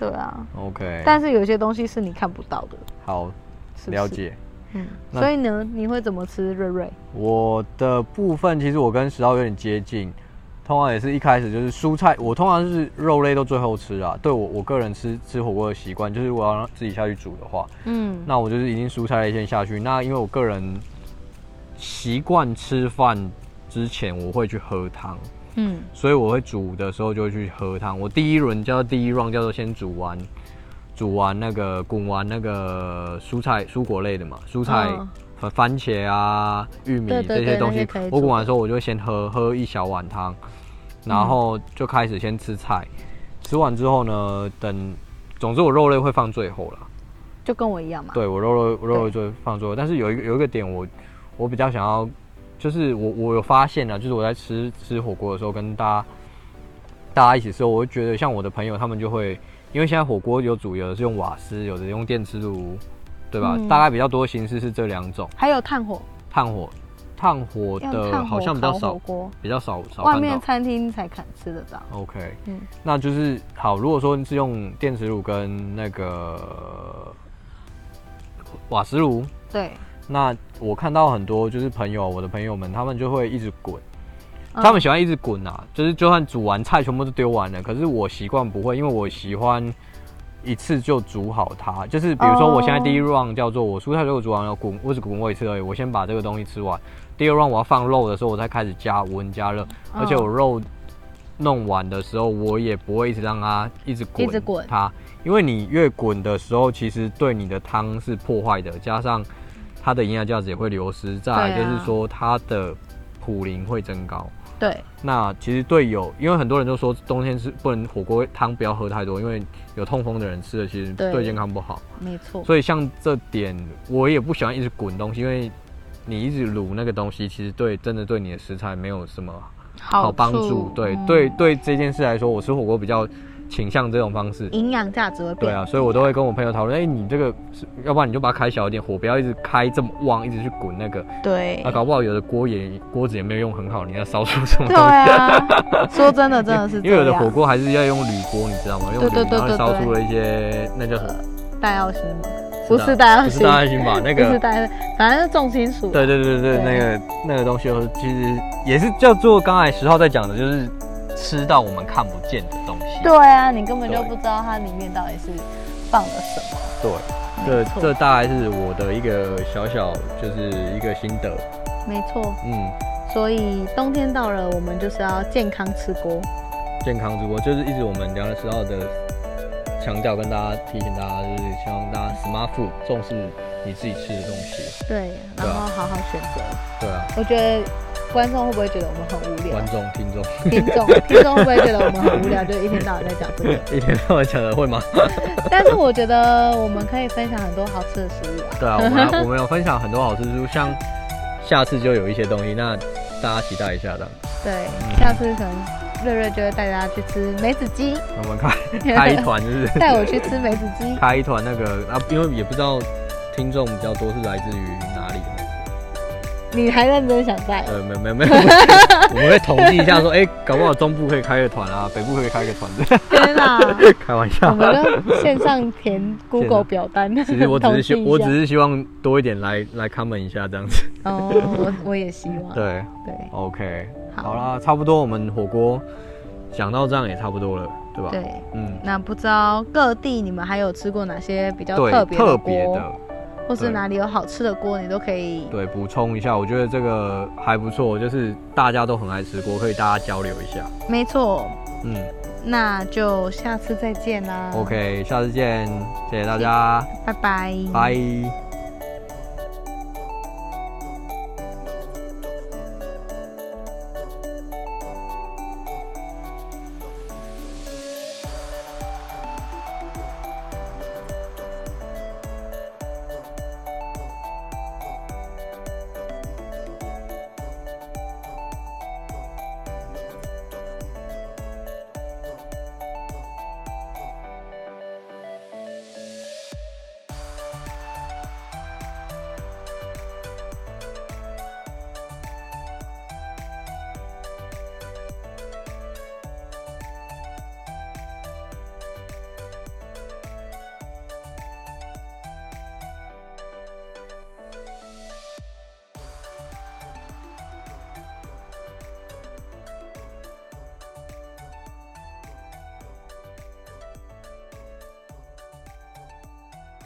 [SPEAKER 1] 对啊，
[SPEAKER 2] OK，
[SPEAKER 1] 但是有些东西是你看不到的，
[SPEAKER 2] 好
[SPEAKER 1] 是不是
[SPEAKER 2] 了，解。
[SPEAKER 1] 嗯，
[SPEAKER 2] 那
[SPEAKER 1] 所以呢，你会怎么吃瑞瑞？
[SPEAKER 2] 我的部分其实我跟石涛有点接近，通常也是一开始就是蔬菜，我通常是肉类都最后吃啊。对我我个人吃吃火锅的习惯，就是我要让自己下去煮的话，
[SPEAKER 1] 嗯，
[SPEAKER 2] 那我就是一定蔬菜类先下去。那因为我个人习惯吃饭之前我会去喝汤，
[SPEAKER 1] 嗯，
[SPEAKER 2] 所以我会煮的时候就会去喝汤。我第一轮叫第一 round 叫做先煮完，煮完那个滚完那个蔬菜蔬果类的嘛，蔬菜、
[SPEAKER 1] 嗯
[SPEAKER 2] 番番茄啊、玉米
[SPEAKER 1] 对对
[SPEAKER 2] 这些
[SPEAKER 1] 对
[SPEAKER 2] 东
[SPEAKER 1] 那些
[SPEAKER 2] 西
[SPEAKER 1] 可以，
[SPEAKER 2] 我
[SPEAKER 1] 煮
[SPEAKER 2] 滚完的时候我就会先喝喝一小碗汤，
[SPEAKER 1] 嗯
[SPEAKER 2] 然后就开始先吃菜。吃完之后呢，等总之我肉类会放最后了。
[SPEAKER 1] 就跟我一样嘛，
[SPEAKER 2] 对我肉肉我肉肉就会放桌，但是有一个有一个点我我比较想要，就是我我有发现啊，就是我在吃吃火锅的时候跟大家大家一起吃，我会觉得像我的朋友他们就会，因为现在火锅有煮，有的是用瓦斯，有的用电磁炉，对吧？
[SPEAKER 1] 嗯
[SPEAKER 2] 大概比较多形式是这两种，
[SPEAKER 1] 还有炭火，
[SPEAKER 2] 炭火炭火
[SPEAKER 1] 要
[SPEAKER 2] 的
[SPEAKER 1] 炭
[SPEAKER 2] 好
[SPEAKER 1] 火
[SPEAKER 2] 像比较
[SPEAKER 1] 烤火
[SPEAKER 2] 少，
[SPEAKER 1] 锅，
[SPEAKER 2] 比较少少
[SPEAKER 1] 外
[SPEAKER 2] 看
[SPEAKER 1] 面
[SPEAKER 2] 到。
[SPEAKER 1] 餐厅才看吃得到，
[SPEAKER 2] OK，
[SPEAKER 1] 嗯
[SPEAKER 2] 那就是好。如果说是用电磁炉跟那个瓦斯炉，
[SPEAKER 1] 对，
[SPEAKER 2] 那我看到很多就是朋友，我的朋友们，他们就会一直滚，
[SPEAKER 1] 嗯
[SPEAKER 2] 他们喜欢一直滚啊，就是就算煮完菜全部都丢完了，可是我习惯不会，因为我喜欢一次就煮好它。就是比如说
[SPEAKER 1] 哦
[SPEAKER 2] 我现在第一 round 叫做我蔬菜如果煮完了滚，我只滚过一次而已，我先把这个东西吃完。第二 round 我要放肉的时候，我才开始加温加热，
[SPEAKER 1] 嗯
[SPEAKER 2] 而且我肉弄完的时候，我也不会一直让它一直滚，
[SPEAKER 1] 一直滚
[SPEAKER 2] 它，因为你越滚的时候，其实对你的汤是破坏的，加上它的营养价值也会流失。再来
[SPEAKER 1] 对啊
[SPEAKER 2] 就是说，它的普林会增高。
[SPEAKER 1] 对，
[SPEAKER 2] 那其实对有，因为很多人都说冬天是不能火锅汤不要喝太多，因为有痛风的人吃了其实
[SPEAKER 1] 对
[SPEAKER 2] 对健康不好。
[SPEAKER 1] 没错，
[SPEAKER 2] 所以像这点，我也不喜欢一直滚东西，因为你一直卤那个东西，其实对真的对你的食材没有什么好帮助。对、
[SPEAKER 1] 嗯
[SPEAKER 2] 对对，这件事来说，我吃火锅比较倾向这种方式。
[SPEAKER 1] 营养价值会变
[SPEAKER 2] 对啊，所以我都会跟我朋友讨论，哎、你这个是，要不然你就把它开小一点，火不要一直开这么旺，一直去滚那个，
[SPEAKER 1] 对
[SPEAKER 2] 啊，搞不好有的锅也锅子也没有用很好，你要烧出什么
[SPEAKER 1] 对
[SPEAKER 2] 东西？ [LAUGHS]
[SPEAKER 1] 啊，说真的， [LAUGHS] 真的是
[SPEAKER 2] 因为有
[SPEAKER 1] 这
[SPEAKER 2] 的火
[SPEAKER 1] 样，
[SPEAKER 2] 锅还是要用铝锅，你知道吗？用铝，
[SPEAKER 1] 对对对
[SPEAKER 2] 然后你
[SPEAKER 1] 对
[SPEAKER 2] 烧
[SPEAKER 1] 对
[SPEAKER 2] 出了一些那叫什么？
[SPEAKER 1] 呃戴奥辛吗？不是戴奥
[SPEAKER 2] 不是
[SPEAKER 1] 辛
[SPEAKER 2] 大，爱心吧？那
[SPEAKER 1] 不是 [LAUGHS]
[SPEAKER 2] 个，
[SPEAKER 1] 戴奥辛，反正是重金属。
[SPEAKER 2] 对对对对，
[SPEAKER 1] 对
[SPEAKER 2] 那个那个东西就是，其实也是叫做刚才十号在讲的，就是吃到我们看不见的东西。
[SPEAKER 1] 对啊，你根本就
[SPEAKER 2] 对
[SPEAKER 1] 不知道它里面到底是放了什么。
[SPEAKER 2] 对，
[SPEAKER 1] 没
[SPEAKER 2] 这
[SPEAKER 1] 错
[SPEAKER 2] 这大概是我的一个小小就是一个心得，
[SPEAKER 1] 没错，
[SPEAKER 2] 嗯。
[SPEAKER 1] 所以冬天到了，我们就是要健康吃锅。
[SPEAKER 2] 健康直播，就是一直我们聊的时候的强调，跟大家提醒大家，就是希望大家 smart food 重视你自己吃的东西。
[SPEAKER 1] 对，然
[SPEAKER 2] 对啊
[SPEAKER 1] 后好好选择。
[SPEAKER 2] 对啊，
[SPEAKER 1] 我觉得观众会不会觉得我们很无聊
[SPEAKER 2] 观？众、听众， [LAUGHS]
[SPEAKER 1] 听众听众会不会觉得我们很无聊？就一天到晚在讲这个。
[SPEAKER 2] 一天到晚讲的会吗？
[SPEAKER 1] 但是我觉得我们可以分享很多好吃的食物啊。
[SPEAKER 2] 对啊，我们我们有分享很多好吃书，像下次就有一些东西，那大家期待一下的。
[SPEAKER 1] 对，下次可能瑞瑞就会带大家去吃梅子鸡，
[SPEAKER 2] 我们开开一团 [LAUGHS] 就是
[SPEAKER 1] 带我去吃梅子鸡。
[SPEAKER 2] 开一团那个啊，因为也不知道听众比较多是来自于哪里的。
[SPEAKER 1] 你还认真想
[SPEAKER 2] [LAUGHS]
[SPEAKER 1] 带？
[SPEAKER 2] 呃，没有没有没有，我们会统计一下说，哎、搞不好中部可以开个团啊，北部可以开个团的。
[SPEAKER 1] 天哪！
[SPEAKER 2] [LAUGHS] 开玩 [LAUGHS]
[SPEAKER 1] 我
[SPEAKER 2] 笑，
[SPEAKER 1] 们就线上填 Google 表单，[LAUGHS]
[SPEAKER 2] 其实我只是希，
[SPEAKER 1] 统计一下
[SPEAKER 2] 我只是希望多一点来来 comment 一下这样子。
[SPEAKER 1] 哦，我我也希望。
[SPEAKER 2] 对
[SPEAKER 1] 对
[SPEAKER 2] ，OK，
[SPEAKER 1] 好
[SPEAKER 2] 好啦，差不多我们火锅讲到这样也差不多了，对吧？，
[SPEAKER 1] 对，
[SPEAKER 2] 嗯，
[SPEAKER 1] 那不知道各地你们还有吃过哪些比较
[SPEAKER 2] 对，
[SPEAKER 1] 特别
[SPEAKER 2] 特
[SPEAKER 1] 的
[SPEAKER 2] 别的
[SPEAKER 1] 锅，，或是
[SPEAKER 2] 对
[SPEAKER 1] 哪里有好吃的锅，你都可以。
[SPEAKER 2] 对，补充一下，我觉得这个还不错，就是大家都很爱吃锅，可以大家交流一下。
[SPEAKER 1] 没错，
[SPEAKER 2] 嗯
[SPEAKER 1] 那就下次再见啦。嗯
[SPEAKER 2] ，OK，下次见，谢谢大家，
[SPEAKER 1] 拜拜。
[SPEAKER 2] 拜。